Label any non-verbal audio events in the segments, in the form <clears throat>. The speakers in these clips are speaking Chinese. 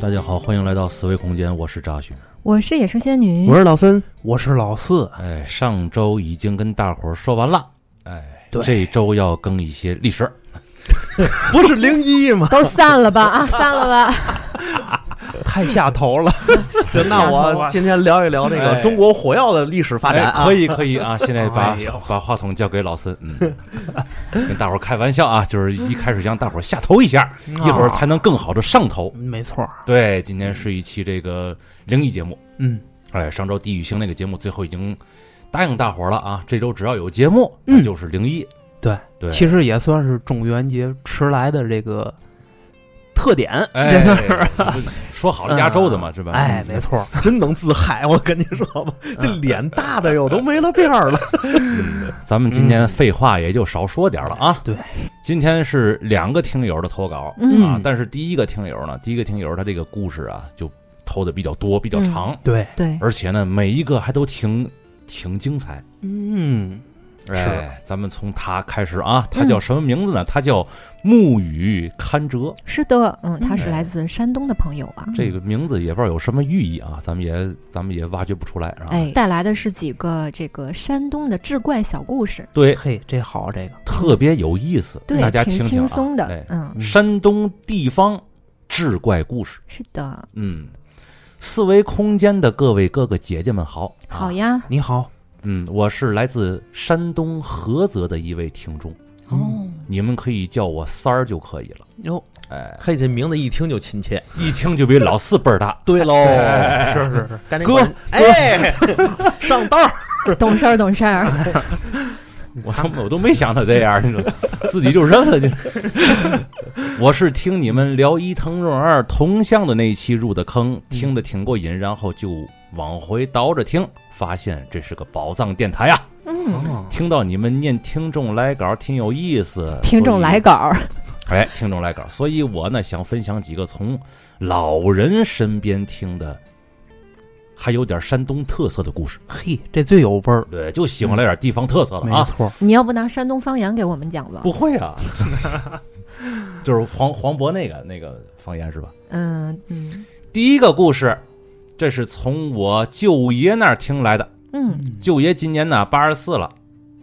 大家好，欢迎来到思维空间，我是扎熊。我是野生仙女，我是老森，我是老四，哎，上周已经跟大伙儿说完了，哎，对这周要更一些历史。不是零一吗？都散了吧啊，散了吧。 <laughs> 太下头 <laughs> 了。那我今天聊一聊这哎个中国火药的历史发哎展啊，可以可以 <laughs> 啊！现在把、哎呦把话筒交给老孙，嗯，跟大伙儿开玩笑啊，就是一开始让大伙儿下头一下，啊哎一啊会儿才能更好的上头。没错儿，对，今天是一期这个灵异节目，嗯，哎，上周地狱星那个节目最后已经答应大伙儿了啊，这周只要有节目，嗯那就是灵 <laughs> 异。对对，其实也算是中元节迟来的这个特点。 <laughs> 哎，说好了压轴的嘛，是吧？嗯哎，没错儿，真能自嗨！我跟你说 <laughs> 吧，这脸大的哟，都没了边儿了。嗯咱们今天废话也就少说点儿了啊。对，今天是两个听友的投稿嗯，啊，但是第一个听友呢，第一个听友他这个故事啊，就投的比较多，比较长，嗯对，对，而且呢，每一个还都挺挺精彩。嗯，哎，咱们从他开始啊，嗯他叫什么名字呢？他叫木雨堪折，是的，嗯，他是哎来自山东的朋友啊。这个名字也不知道有什么寓意啊，咱们也咱们也挖掘不出来啊。哎，带来的是几个这个山东的志怪小故事，对，嘿，这好，这个特别有意思，对，大家听挺听轻啊。松的，哎，嗯，嗯山东地方志怪故事。是的，嗯，四维空间的各位哥哥姐姐们好，好啊，呀，你好，嗯，我是来自山东菏泽的一位听众，哦，你们可以叫我三儿就可以 <laughs> 了。哟，哎，嘿，这名字一听就亲切。一听就比老四辈儿大。 <laughs> 对喽，是是是，赶紧哥管，哎，上道儿哦懂事儿，懂事儿， <laughs> 我都我都没想到这样，你知道吗自己就认 <laughs> 了就。我是听你们聊伊藤润二同乡的那一期入的嗯坑，听得挺过瘾，然后就往回倒着听，发现这是个宝藏电台啊！嗯，哦听到你们念听众来稿，挺有意思。听众来稿，稿儿，哎，听众来稿，所以我呢想分享几个从老人身边听的，还有点山东特色的故事。嘿，这最有味儿，对，就喜欢来点地方特色的没啊。错儿，你要不拿山东方言给我们讲吧？不会啊， <laughs> 就是黄黄渤那个那个方言是吧？嗯嗯第一个故事，这是从我舅爷那儿听来的。嗯，舅爷今年呢八十四了，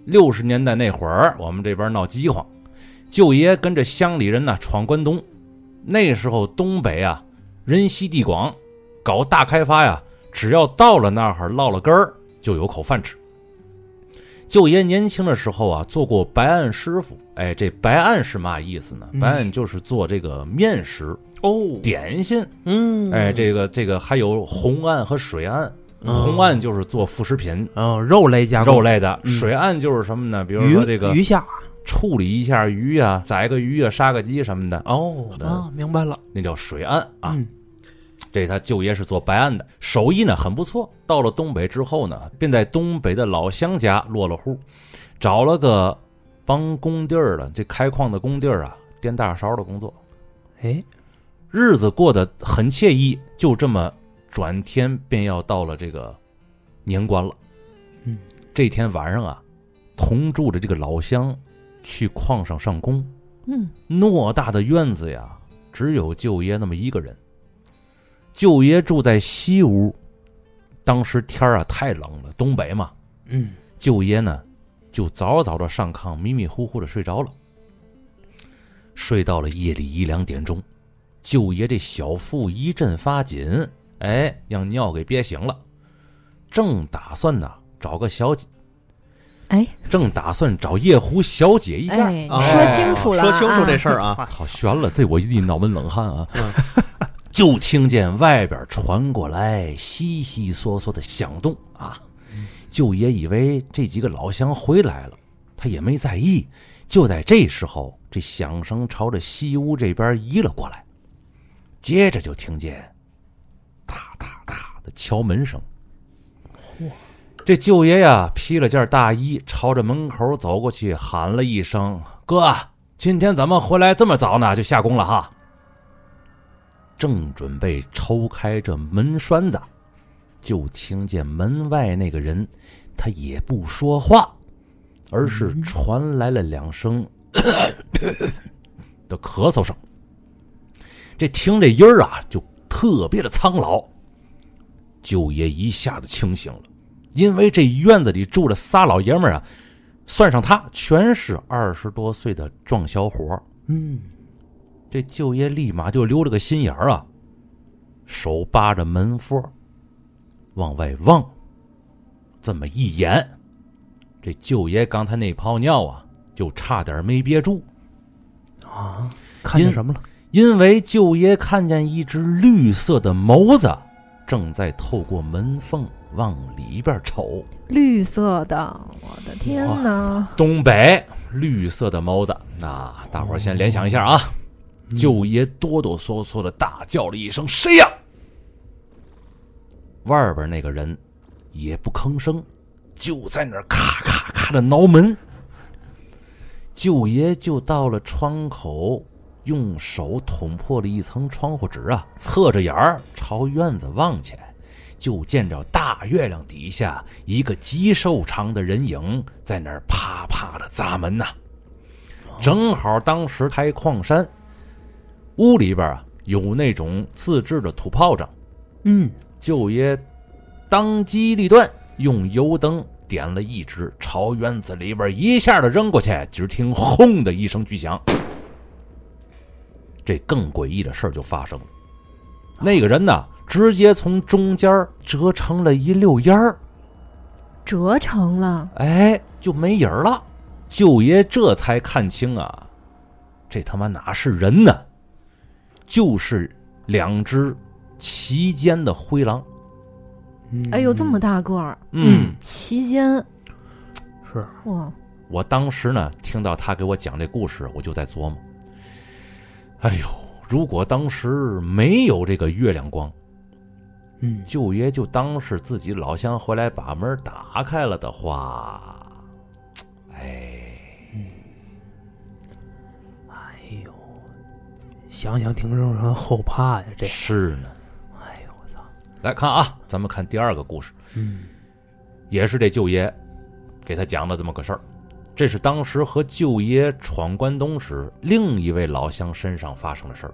六十年代那会儿，我们这边闹饥荒，舅爷跟着乡里人呢闯关东。那时候东北啊人稀地广，搞大开发呀，只要到了那儿落了根儿，就有口饭吃。舅爷年轻的时候啊，做过白案师傅。哎，这白案是嘛意思呢？嗯白案就是做这个面食、哦，点心。嗯哎，这个这个还有红案和水案。红案就是做副食品，嗯，肉类加工肉，类的，嗯水岸就是什么呢？比如鱼说这个鱼虾，处理一下鱼啊，宰个鱼啊，杀个鸡什么的，哦对啊，明白了那叫水岸啊。嗯这他舅爷是做白案的，手艺呢很不错。到了东北之后呢，便在东北的老乡家落了户，找了个帮工地儿的，这开矿的工地儿啊，颠大勺的工作，哎，日子过得很惬意。就这么转天便要到了这个年关了。嗯，这天晚上啊，同住的这个老乡去矿上上工，嗯偌大的院子呀，只有舅爷那么一个人。舅爷住在西屋，当时天儿啊太冷了，东北嘛。嗯，舅爷呢，就早早的上炕，迷迷糊糊的睡着了。睡到了夜里一两点钟，舅爷这小腹一阵发紧，哎，让尿给憋醒了。正打算呢找个小姐，哎正打算找夜壶小姐一下，哎，哦说清楚了啊，说清楚这事儿啊，好悬了，这我一脑门冷汗啊！ <laughs> 就听见外边传过来悉悉嗦嗦的响动啊，舅爷以为这几个老乡回来了，他也没在意。就在这时候，这响声朝着西屋这边移了过来，接着就听见哒哒哒的敲门声。这舅爷呀，披了件大衣，朝着门口走过去，喊了一声：“哥，啊今天怎么回来这么早呢？就下工了哈。”正准备抽开这门栓子，就听见门外那个人他也不说话，而是传来了两声的咳嗽声。这听这音儿啊，就特别的苍老。九爷一下子清醒了，因为这院子里住着仨老爷们儿啊，算上他全是二十多岁的壮小伙儿。嗯，这舅爷立马就溜了个心眼儿啊，手扒着门缝儿往外望，这么一眼，这舅爷刚才那泡尿啊，就差点没憋住，看见因什么了？因为舅爷看见一只绿色的眸子正在透过门缝往里边瞅。绿色的，我的天哪！东北绿色的眸子，那大伙儿先联想一下啊。舅爷哆哆嗦嗦的大叫了一声：“谁呀、外边那个人也不吭声，就在那儿咔咔咔的挠门。舅爷就到了窗口，用手捅破了一层窗户纸啊，侧着眼儿朝院子望去，就见着大月亮底下一个极瘦长的人影在那儿啪啪的砸门呐、正好当时开矿山，屋里边啊有那种自制的土炮仗，嗯，舅爷当机立断，用油灯点了一支，朝院子里边一下的扔过去，只听“轰”的一声巨响。这更诡异的事儿就发生了，那个人呢，直接从中间儿折成了一溜烟儿，折成了，哎，就没影儿了。舅爷这才看清啊，这他妈哪是人呢？就是两只齐肩的灰狼。嗯哎呦，这么大个儿，嗯齐肩，是哇，我当时呢，听到他给我讲这故事，我就在琢磨：哎呦，如果当时没有这个月亮光，嗯，舅爷就当是自己老乡回来把门打开了的话，哎，想想挺让人后怕呀，这是呢。哎呦我操，来看啊，咱们看第二个故事，嗯也是这舅爷给他讲的这么个事儿。这是当时和舅爷闯关东时，另一位老乡身上发生的事儿。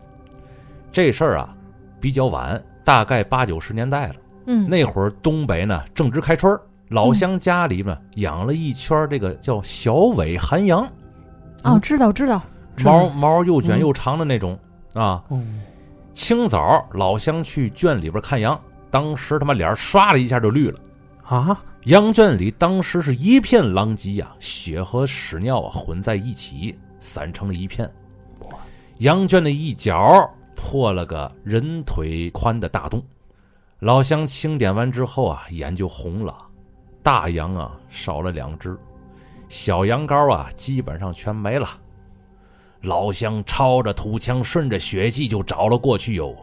这事儿啊，比较晚，大概八九十年代了。嗯，那会儿东北呢正值开春儿，老乡家里呢养了一圈儿这个叫小尾寒羊，哦，知道知道，毛毛又卷又长的那种、啊。哦，清早老乡去圈里边看羊，当时他妈脸儿唰的一下就绿了。啊，羊圈里当时是一片狼藉呀、血和屎尿啊混在一起，散成了一片。羊圈的一角破了个人腿宽的大洞。老乡清点完之后啊，眼就红了。大羊啊少了两只，小羊羔啊基本上全没了。老乡抄着土枪，顺着血迹就找了过去哟，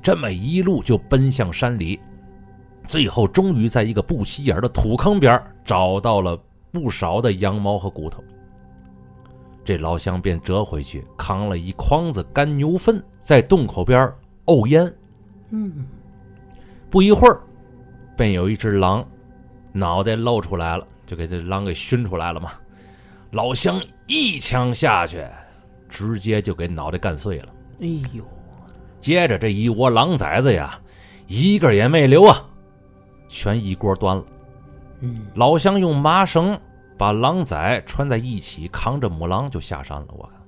这么一路就奔向山里。最后终于在一个不起眼的土坑边儿找到了不少的羊毛和骨头。这老乡便折回去，扛了一筐子干牛粪，在洞口边儿沤烟。嗯，不一会儿，便有一只狼脑袋露出来了，就给这狼给熏出来了嘛。老乡一枪下去，直接就给脑袋干碎了。哎呦，接着这一窝狼崽子呀，一个也没留啊，全一锅端了。嗯，老乡用麻绳把狼崽穿在一起，扛着母狼就下山了。我看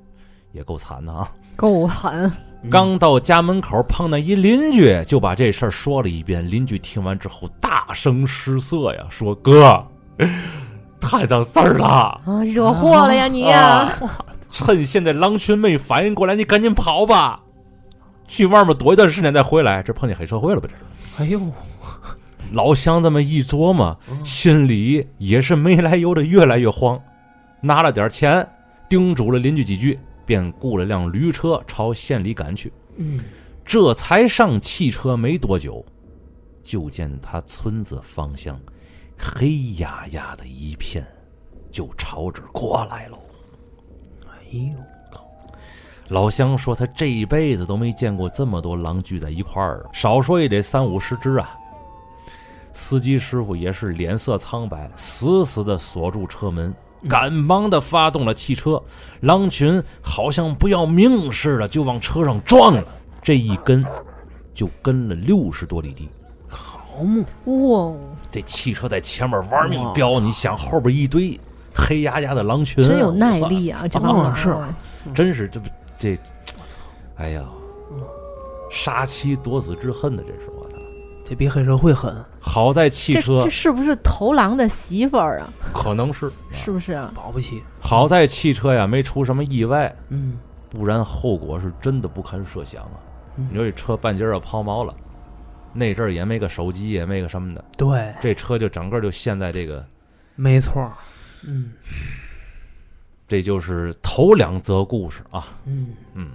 也够惨的啊！够狠，嗯刚到家门口，碰到一邻居，就把这事儿说了一遍。邻居听完之后大声失色呀，说：“哥， <laughs> 太脏事儿了！啊，惹祸了呀你呀！趁现在狼群没反应过来，你赶紧跑吧，去外面躲一段时间再回来。这碰见黑社会了吧？这是。”哎呦，老乡这么一琢磨，心里也是没来由的越来越慌，拿了点钱，叮嘱了邻居几句，便雇了辆驴车朝县里赶去。嗯，这才上汽车没多久，就见他村子方向黑压压的一片，就朝着过来喽。哎呦，老乡说他这辈子都没见过这么多狼聚在一块儿，少说也得三五十只啊。司机师傅也是脸色苍白，死死地锁住车门，赶忙地发动了汽车。狼群好像不要命似的，就往车上撞了。这一跟，就跟了六十多里地。好木哇哦，这汽车在前面玩命飙，你想后边一堆黑压压的狼群，真有耐力啊！这帮哦人是哦真是这不这，哎呀，杀妻夺子之恨的，这是我操！这比黑社会狠，好在汽这车这是不是头狼的媳妇儿啊？可能是是不是啊？保不齐。好在汽车呀没出什么意外，嗯，不然后果是真的不堪设想啊！嗯你说这车半截儿要抛锚了，那阵儿也没个手机，也没个什么的，对，这车就整个就陷在这个，没错儿。嗯这就是头两则故事啊，嗯，嗯，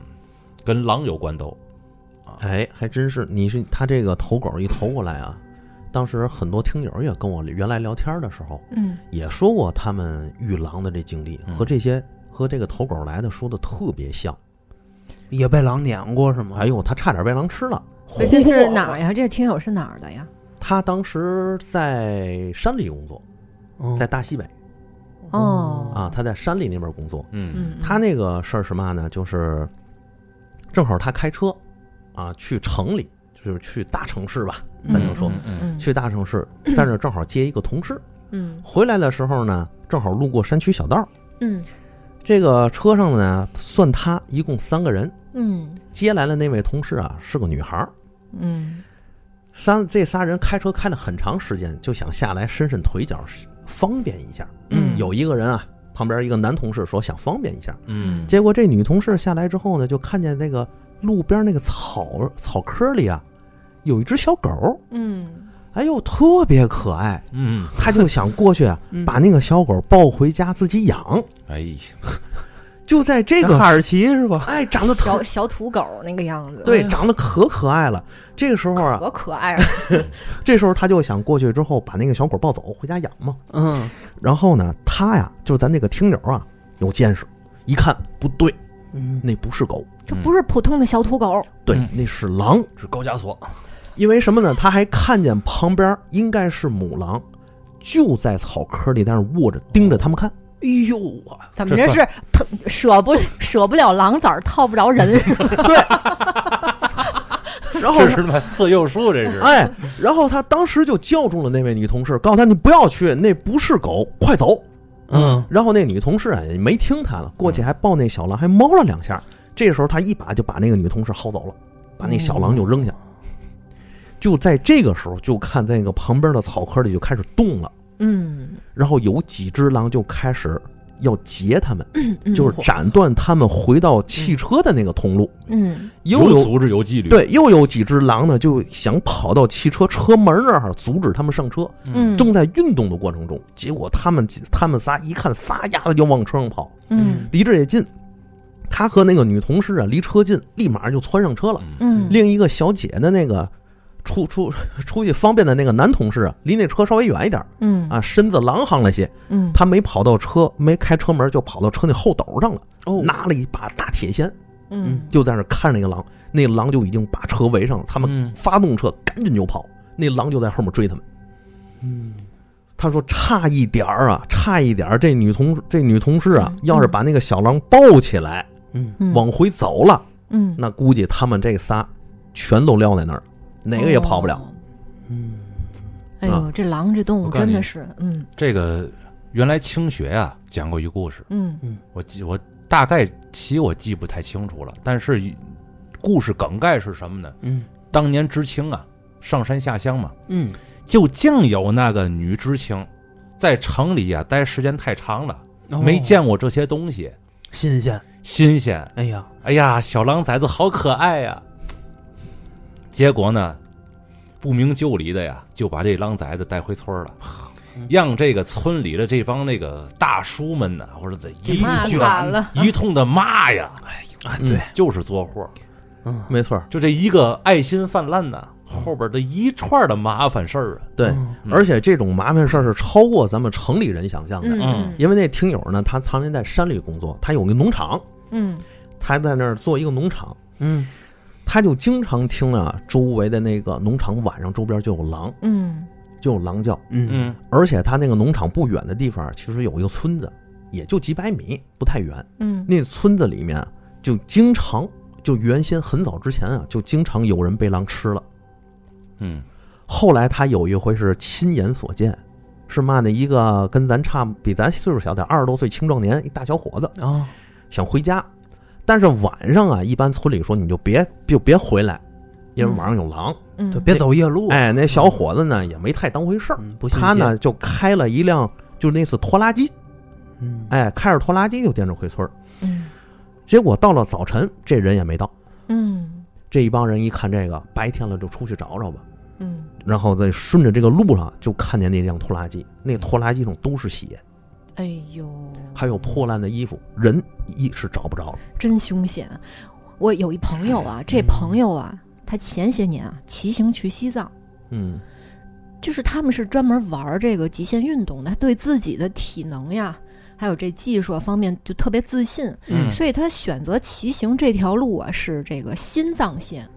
跟狼有关都，哎，还真是，你是他这个投稿一投过来啊，当时很多听友也跟我原来聊天的时候嗯，也说过他们遇狼的这经历，嗯和这些和这个投稿来的说的特别像。也被狼撵过是吗？哎，呦，他差点被狼吃了。哎这是哪儿呀？这听友是哪儿的呀？他当时在山里工作，嗯在大西北哦啊，他在山里那边工作。嗯嗯，他那个事儿是嘛呢？就是正好他开车啊去城里，就是去大城市吧，咱就说嗯嗯嗯去大城市，在这正好接一个同事。嗯回来的时候呢，正好路过山区小道，嗯这个车上呢算他一共三个人，嗯接来的那位同事啊是个女孩儿。嗯三这仨人开车开了很长时间，就想下来伸伸腿脚，方便一下。嗯有一个人啊，旁边一个男同事说想方便一下，嗯结果这女同事下来之后呢，就看见那个路边那个草草窠里啊，有一只小狗，嗯哎呦，特别可爱。嗯，她就想过去啊，嗯把那个小狗抱回家自己养。哎呀，就在这个哈士奇是吧？哎，长得小特小土狗那个样子，对，长得可可爱了。这个时候啊，多可爱啊！这时候她就想过去之后把那个小狗抱走，回家养嘛。嗯，然后呢，她呀，就是咱这个听友啊，有见识，一看不对，嗯那不是狗，这不是普通的小土狗，对嗯，那是狼。是高加索，因为什么呢？他还看见旁边应该是母狼，就在草窠里，但是卧着盯着他们看。哎呦我怎么着是疼舍不舍不了狼崽儿套不着人，哦然后这他是他妈四幼树，这啊是哎，然后他当时就叫住了那位女同事，告诉她你不要去，那不是狗，快走。嗯，然后那女同事啊也没听他的，过去还抱那小狼，还猫了两下。这时候他一把就把那个女同事薅走了，把那小狼就扔下。就在这个时候，就看在那个旁边的草窠里就开始动了，嗯然后有几只狼就开始要劫他们。嗯，就是斩断他们回到汽车的那个通路，嗯又有有组织有纪律，对又有几只狼呢，就想跑到汽车车门那儿阻止他们上车。嗯，正在运动的过程中，结果他们几他们仨一看，撒丫子就往车上跑，嗯离这也近。他和那个女同事啊离车近，立马就窜上车了。嗯另一个小姐的那个出出出去方便的那个男同事啊，离那车稍微远一点嗯啊，身子狼行了些，嗯他没跑到车，没开车门，就跑到车那后斗上了，哦拿了一把大铁锨，嗯就在那儿看着那个狼，那个狼就已经把车围上了，他们嗯发动车赶紧就跑，那狼就在后面追他们。嗯，他说差一点儿啊，差一点儿，这女同这女同事啊嗯，要是把那个小狼抱起来嗯，嗯往回走了，嗯那估计他们这仨全都撂在那儿，哪个也跑不了。哦嗯，哎啊呦，这狼这动我物告诉真你的是，嗯这个原来清学啊讲过一故事，嗯我记我大概其我记不太清楚了，但是一故事梗概是什么呢？嗯，当年知青啊，上山下乡嘛，嗯，就竟有那个女知青，在城里啊待时间太长了，哦没见过这些东西，新鲜。新鲜。哎呀，哎呀，小狼崽子好可爱呀、结果呢，不明就里的呀，就把这狼崽子带回村儿了，让这个村里的这帮那个大叔们呐，或者这一骂卷啊惨了一通的骂呀，啊，嗯对，就是作祸。嗯，没错儿，就这一个爱心泛滥呐，后边的一串的麻烦事儿啊，对，嗯而且这种麻烦事儿是超过咱们城里人想象的。嗯因为那听友呢，他常年在山里工作，他有个农场，嗯他在那儿做一个农场，嗯，他就经常听啊，周围的那个农场晚上周边就有狼，嗯就有狼叫，嗯嗯而且他那个农场不远的地方，其实有一个村子，也就几百米，不太远。嗯那村子里面啊就经常，就原先很早之前啊，就经常有人被狼吃了。嗯后来他有一回是亲眼所见，是嘛呢？一个跟咱差比咱岁数小点，二十多岁青壮年一大小伙子，啊，想回家，但是晚上啊，一般村里说你就别就别回来，因为晚上有狼。嗯，对，别走夜路。哎，那小伙子呢也没太当回事儿，嗯，不信他邪呢，就开了一辆就那次拖拉机，嗯，哎，开着拖拉机就惦着回村儿。嗯结果到了早晨，这人也没到。嗯这一帮人一看这个白天了，就出去找找吧。嗯，然后再顺着这个路上就看见那辆拖拉机，那拖拉机上都是血，哎呦，还有破烂的衣服，人一是找不着了。真凶险！我有一朋友啊，嗯这朋友啊，他前些年啊骑行去西藏，嗯就是他们是专门玩这个极限运动的，他对自己的体能呀，还有这技术啊方面就特别自信，嗯所以他选择骑行这条路啊是这个新藏线，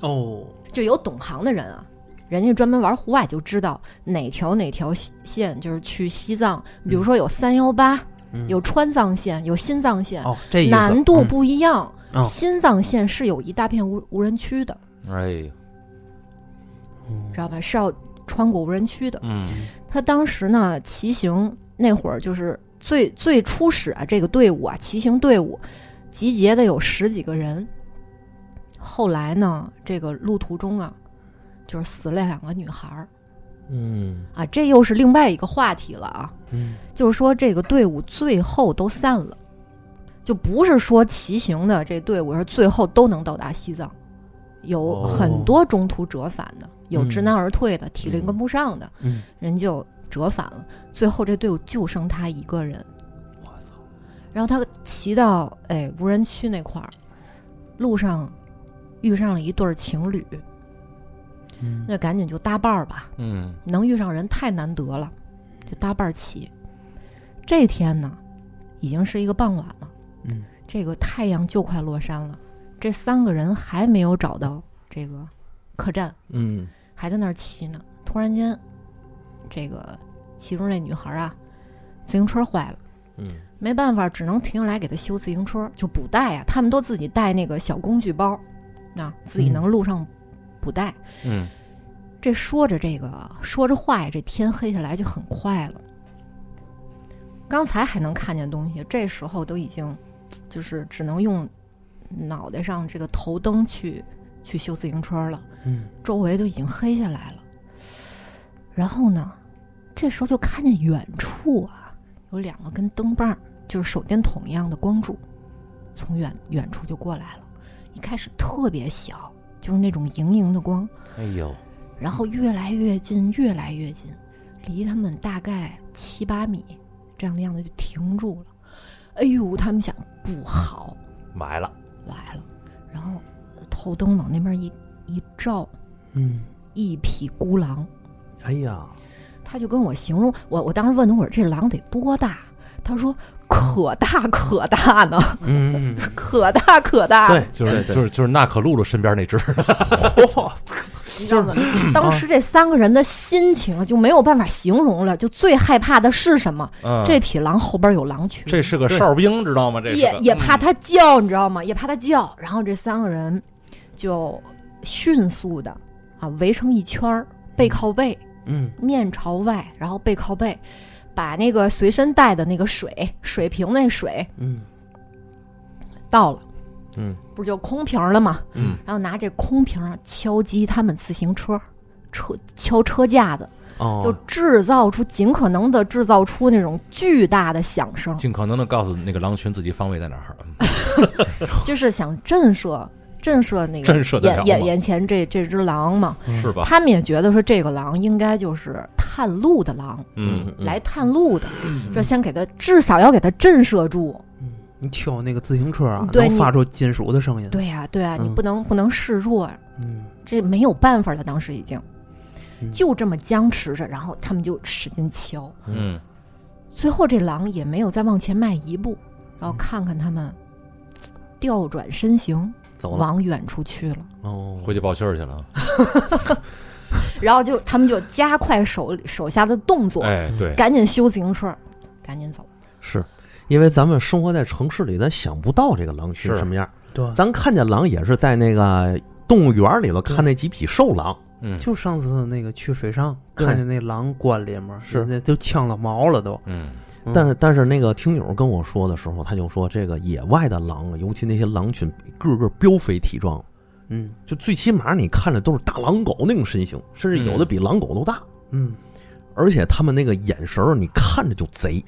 哦，就有懂行的人啊。人家专门玩户外就知道哪条哪条线就是去西藏，比如说有三幺八，嗯有川藏线，有新藏线，哦，这意思难度不一样。嗯哦新藏线是有一大片无无人区的，哎嗯知道吧？是要穿过无人区的。嗯他当时呢骑行那会儿，就是最最初始啊，这个队伍啊，骑行队伍集结的有十几个人。后来呢，这个路途中啊，就是死了两个女孩儿嗯啊，这又是另外一个话题了啊。嗯就是说这个队伍最后都散了，就不是说骑行的这队伍是最后都能到达西藏，有哦很多中途折返的，有知难而退的，体力跟不上的，嗯人就折返了。最后这队伍就剩他一个人，然后他骑到哎无人区那块儿，路上遇上了一对儿情侣，嗯那赶紧就搭伴儿吧，嗯能遇上人太难得了，就搭伴儿骑。这天呢，已经是一个傍晚了，嗯，这个太阳就快落山了，这三个人还没有找到这个客栈，嗯还在那儿骑呢。突然间，这个其中这女孩啊，自行车坏了。嗯没办法，只能停下来给他修自行车，就补带啊。他们都自己带那个小工具包，啊，自己能路上补带。嗯这说着这个，说着话呀，这天黑下来就很快了。刚才还能看见东西，这时候都已经，就是只能用脑袋上这个头灯去去修自行车了。嗯周围都已经黑下来了。然后呢，这时候就看见远处啊，有两个跟灯棒儿，就是手电筒一样的光柱，从远远处就过来了。一开始特别小，就是那种莹莹的光，哎呦然后越来越近，越来越近，离他们大概七八米这样的样子就停住了。哎呦，他们想不好，买了来了，然后头灯往那边一一照，嗯，一匹孤狼。哎呀，他就跟我形容，我我当时问他，我说这狼得多大？他说可大可大呢， <laughs> 嗯，可大可大。对，就是对就是就是纳可露露身边那只嚯，你知道吗？当时这三个人的心情就没有办法形容了，就最害怕的是什么？嗯这匹狼后边有狼群，这是个哨兵，知道吗？这是也个嗯也怕它叫，你知道吗？也怕它叫。然后这三个人就迅速的啊围成一圈儿，背靠背，嗯面朝外，然后背靠背，把那个随身带的那个水水瓶那水嗯到了，嗯，不是就空瓶儿了吗？嗯，然后拿这空瓶儿敲击他们自行车，车敲车架子，就哦，制造出尽可能的制造出那种巨大的响声，尽可能的告诉那个狼群自己方位在哪儿。就是想震慑震慑那个震慑得了眼眼吗眼前这这只狼嘛。是吧？他们也觉得说这个狼应该就是探路的狼，嗯，来探路的，这先给它至少要给它震慑住。嗯你敲那个自行车啊，对能你发出金属的声音。，对呀、对呀、你嗯不能不能示弱，嗯这没有办法了，当时已经嗯就这么僵持着，然后他们就使劲敲，嗯最后这狼也没有再往前迈一步，然嗯后看看他们调转身形走了往远处去了。嗯哦，回去报信儿去了。然后就他们就加快手手下的动作，哎，对，赶紧修自行车，赶紧走。是因为咱们生活在城市里，咱想不到这个狼群是什么样。对，咱看见狼也是在那个动物园里头看那几匹瘦狼，嗯就上次那个去水上对看见那狼关里面，是人家都呛了毛了都。嗯，嗯但是但是那个听友跟我说的时候，他就说这个野外的狼，尤其那些狼群，个个膘肥体壮，嗯就最起码你看着都是大狼狗那种身形，甚至有的比狼狗都大。嗯，而且他们那个眼神儿，你看着就贼，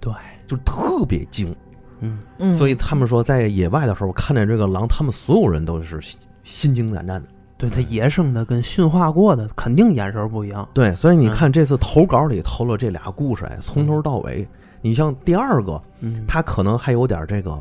对，就特别精。嗯嗯，所以他们说，在野外的时候看见这个狼，他们所有人都是心心惊胆战的。对，它野生的跟驯化过的肯定眼神不一样。对，所以你看这次投稿里投了这俩故事，哎，从头到尾，你像第二个，嗯，他可能还有点这个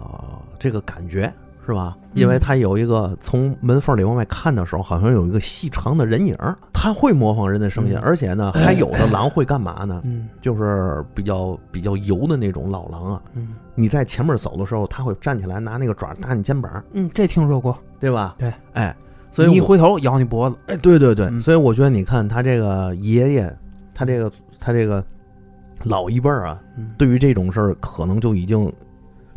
这个感觉，是吧？因嗯为他有一个从门缝里往外看的时候，好像有一个细长的人影儿，他会模仿人的声音，嗯而且呢，还有的狼会干嘛呢？嗯就是比较比较油的那种老狼啊，嗯你在前面走的时候，它会站起来拿那个爪搭你肩膀，嗯，这听说过。对吧？对，哎，所以你一我回头咬你脖子，哎，对对对，嗯所以我觉得你看他这个爷爷，他这个他这个老一辈儿啊，嗯，对于这种事儿可能就已经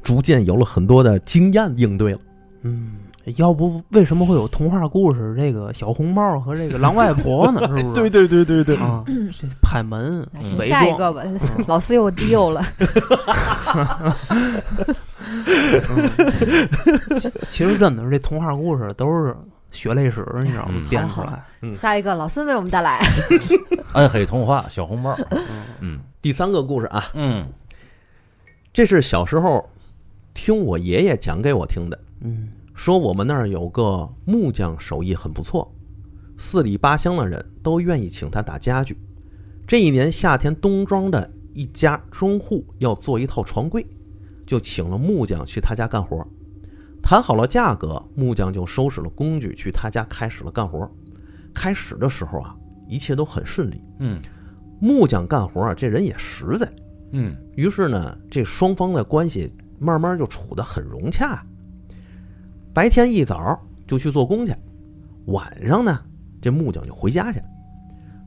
逐渐有了很多的经验应对了。嗯，要不为什么会有童话故事这个小红帽和这个狼外婆 <laughs> 呢？是不是？对对对对啊，这拍门啊那行嗯伪下一装，个吧，老四又低幼了。 <laughs> 其实真的是这童话故事都是血泪史，你知道吗嗯？编好出了来。下一个老四为我们带来， <laughs> 暗黑童话小红帽，嗯第三个故事啊，嗯这是小时候听我爷爷讲给我听的，嗯说我们那儿有个木匠手艺很不错，四里八乡的人都愿意请他打家具。这一年夏天，东庄的一家中户要做一套床柜，就请了木匠去他家干活。谈好了价格，木匠就收拾了工具去他家开始了干活。开始的时候啊，一切都很顺利。嗯木匠干活啊，这人也实在，嗯于是呢，这双方的关系慢慢就处得很融洽。白天一早就去做工去，晚上呢，这木匠就回家去。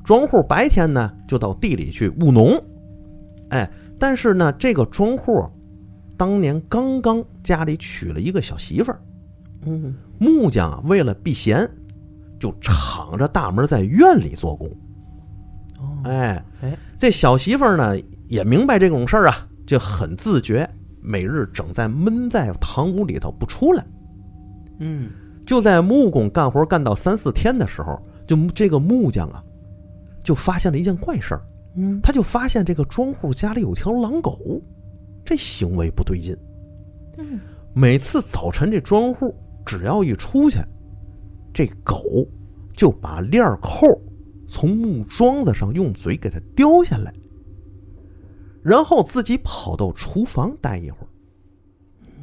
庄户白天呢就到地里去务农，哎，但是呢，这个庄户当年刚刚家里娶了一个小媳妇儿，嗯木匠啊为了避嫌，就敞着大门在院里做工。哦哎哎，这小媳妇儿呢也明白这种事儿啊，就很自觉，每日整在闷在堂屋里头不出来。嗯就在木工干活干到三四天的时候，就这个木匠啊，就发现了一件怪事儿，嗯他就发现这个庄户家里有条狼狗，这行为不对劲。嗯，每次早晨这庄户只要一出去，这狗就把链儿扣从木桩子上用嘴给它叼下来，然后自己跑到厨房待一会儿，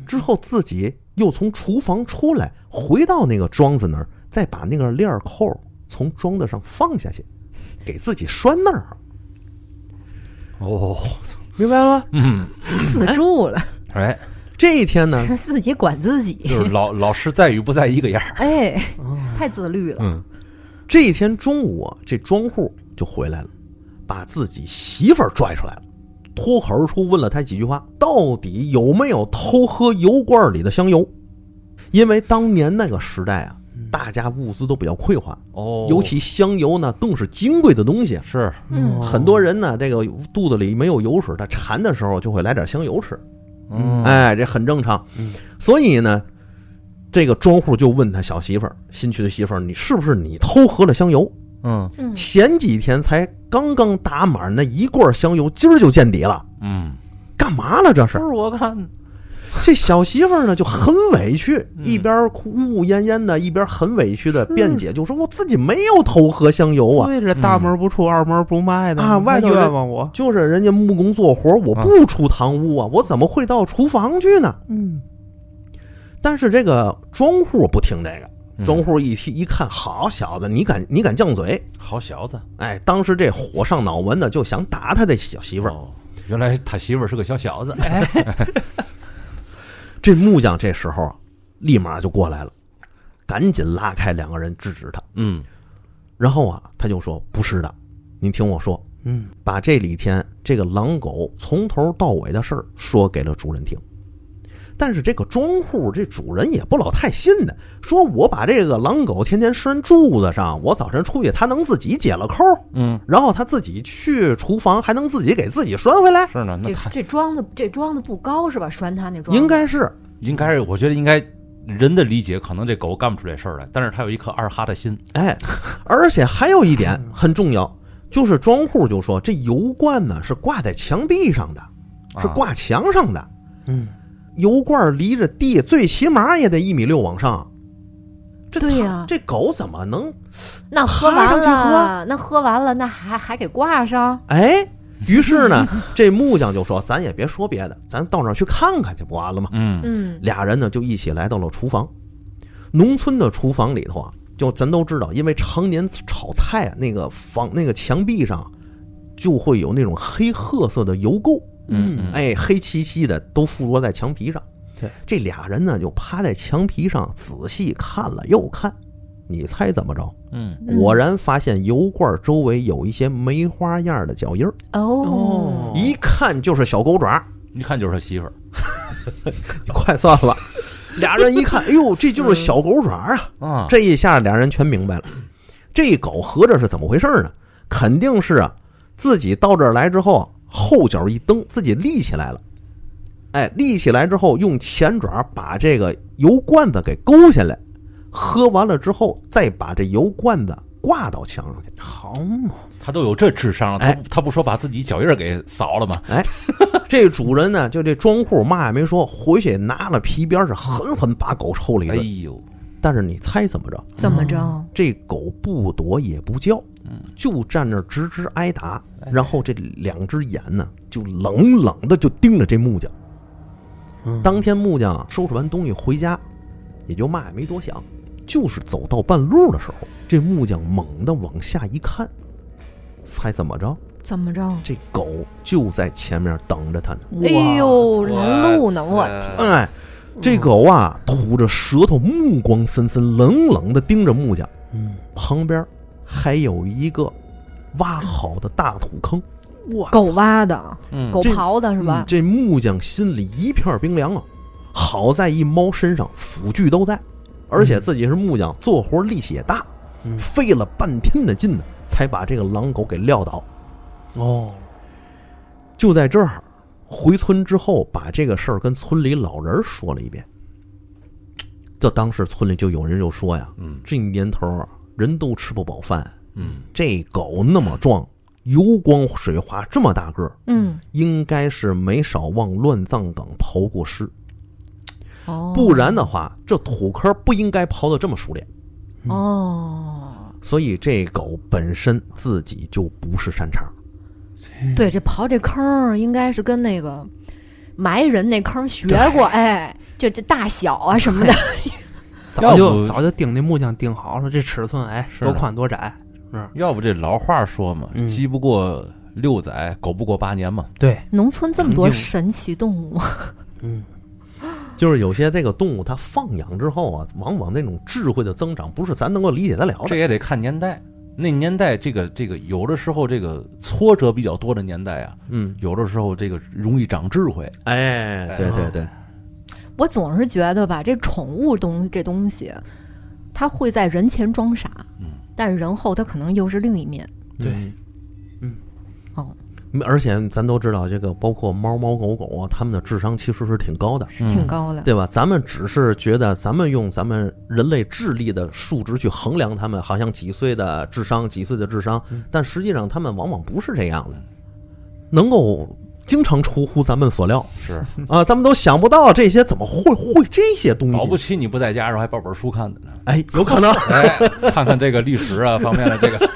之后自己又从厨房出来，回到那个桩子那儿，再把那个链儿扣从桩子上放下去，给自己拴那儿，哦明白了吗？嗯，自助了， <laughs> 哎，这一天呢，是 <laughs> 自己管自 <laughs> 己。就是老老师在与不在一个样儿，哎，哦太自律了。嗯这一天中午啊，这庄户就回来了，把自己媳妇儿拽出来了，脱口而出问了他几句话，到底有没有偷喝油罐里的香油？因为当年那个时代啊，大家物资都比较匮乏，哦，尤其香油呢更是金贵的东西。啊是嗯哦很多人呢，这个肚子里没有油水，他馋的时候就会来点香油吃，嗯哎，这很正常。嗯所以呢，这个庄户就问他小媳妇儿，新娶的媳妇儿，你是不是你偷喝了香油？嗯嗯，前几天才刚刚打满那一罐香油，今儿就见底了，嗯干嘛了这不是是？我看的，这小媳妇儿呢就很委屈，嗯一边哭呜呜咽咽的，一边很委屈的辩嗯解，就说我自己没有偷喝香油啊，对，这大门不出二门不迈的啊外头嗯头人冤枉我。就是人家木工做活，我不出堂屋啊，我怎么会到厨房去呢？嗯但是这个庄户不听这个，嗯，庄户一听一看，好小子，你敢你敢犟嘴！好小子哎，当时这火上脑门的就想打他的小媳妇儿，哦，原来他媳妇儿是个小小子，这木匠这时候啊立马就过来了，赶紧拉开两个人制止他。嗯然后啊，他就说不是的，您听我说，嗯，把这李天这个狼狗从头到尾的事儿说给了主人听。但是这个庄户这主人也不老太信的，说我把这个狼狗天天拴柱子上，我早晨出去它能自己解了扣，嗯，然后它自己去厨房还能自己给自己拴回来，是呢，那这他这装的这装的不高是吧？拴他那装应该是应该是，我觉得应该人的理解，可能这狗干不出这事儿来，但是它有一颗二哈的心，哎，而且还有一点很重要，就是庄户就说这油罐呢是挂在墙壁上的，是啊挂墙上的，嗯，油罐离着地最起码也得一米六往上。这对它呀这狗怎么能那喝爬完上去了，那喝完了，那还还给挂上？哎？于 <laughs> 是呢，这木匠就说：“咱也别说别的，咱到那儿去看看去，不完了吗嗯嗯？”俩人呢就一起来到了厨房。农村的厨房里头啊，就咱都知道，因为常年炒菜啊，那个房那个墙壁上就会有那种黑褐色的油垢。嗯嗯，哎，黑漆漆的都附着在墙皮上。对，这俩人呢就趴在墙皮上仔细看了又看，你猜怎么着？嗯嗯果然发现油罐周围有一些梅花样的脚印儿，哦哦，一看就是小狗爪，嗯一看就是他媳妇儿你快算 <laughs> 了吧。俩人一看，哎呦，这就是小狗爪啊！啊，这一下俩人全明白了，这狗合着是怎么回事呢？肯定是啊，自己到这儿来之后，后脚一蹬，自己立起来了。哎，立起来之后，用前爪把这个油罐子给勾下来，喝完了之后，再把这油罐子挂到墙上去。 <laughs> 好嘛，他都有这智商了，他哎不他不说把自己脚印儿给扫了吗？这主人呢，就这庄户嘛也没说，回去拿了皮鞭是狠狠把狗抽了一哎顿。呦，但是你猜怎么着？怎嗯么着？这狗不躲也不叫嗯，就站那儿直直挨打，然后这两只眼呢就冷冷的就盯着这木匠。嗯当天木匠收拾完东西回家，也就嘛也没多想，就是走到半路的时候，这木匠猛地往下一看，还怎么着？怎么着？这狗就在前面等着他呢。哎呦，哇拦路呢！我天哎，嗯这狗啊吐着舌头，目光森森，冷冷的盯着木匠。嗯，旁边还有一个挖好的大土坑，哇，狗挖的，啊嗯，狗这刨的是吧嗯？这木匠心里一片冰凉啊！好在一猫身上辅具都在，而且自己是木匠，做活力气也大，嗯费了半天的劲呢，才把这个狼狗给撂倒。哦，就在这儿，回村之后，把这个事儿跟村里老人说了一遍。这当时村里就有人就说呀嗯：“这年头啊，人都吃不饱饭，嗯这狗那么壮，油光水滑，这么大个儿，嗯，应该是没少往乱葬岗刨过尸。哦，不然的话，这土坑不应该刨得这么熟练。哦，所以这狗本身自己就不是善茬儿。对，这刨这坑儿应该是跟那个埋人那坑儿学过，哎，这这大小啊什么的，早要不就早就盯那木匠盯好了，这尺寸哎，是多的宽多窄，要不这老话说嘛，嗯鸡不过六载，狗不过八年嘛。对，农村这么多成就神奇动物，嗯，就是有些这个动物，它放养之后啊，往往那种智慧的增长，不是咱能够理解得了这的。也得看年代。那年代，这个这个，有的时候这个挫折比较多的年代啊，嗯，有的时候这个容易长智慧。哎，对对对，我总是觉得吧，这宠物东这东西，它会在人前装傻，嗯但是人后它可能又是另一面。对嗯，嗯哦而且咱都知道，这个包括猫猫狗狗啊，它们的智商其实是挺高的。嗯挺高的。对吧？咱们只是觉得，咱们用咱们人类智力的数值去衡量他们，好像几岁的智商，几岁的智商嗯，但实际上他们往往不是这样的，能够经常出乎咱们所料是，啊！咱们都想不到这些怎么会会这些东嗯保不西，齐你不在家的时候还抱本书看的呢，哎，有可能哎，看看这个历史啊方面的这 <laughs> 个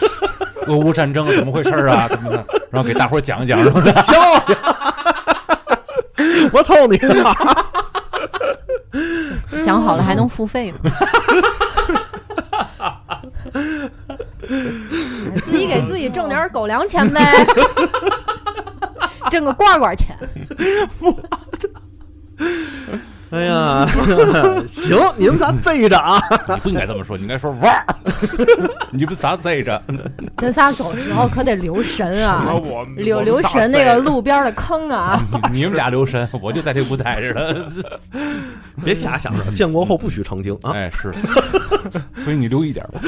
俄乌战争怎么回事儿 <laughs> 啊，怎么的，然后给大伙儿讲一讲什么的。笑呀！我操你妈！想好了还能付费呢， <laughs> 自己给自己挣点狗粮钱呗， <laughs> 挣个罐罐钱。哎呀，行，你们仨对着啊！你不应该这么说，你应该说哇， <laughs> 你们仨在这，咱仨走的时候可得留神啊，我留留神那个，路边的坑啊。你们俩留神，我就在这舞台上。 <laughs> 别瞎想着，建国后不许成精啊！哎，是，所以你留一点吧。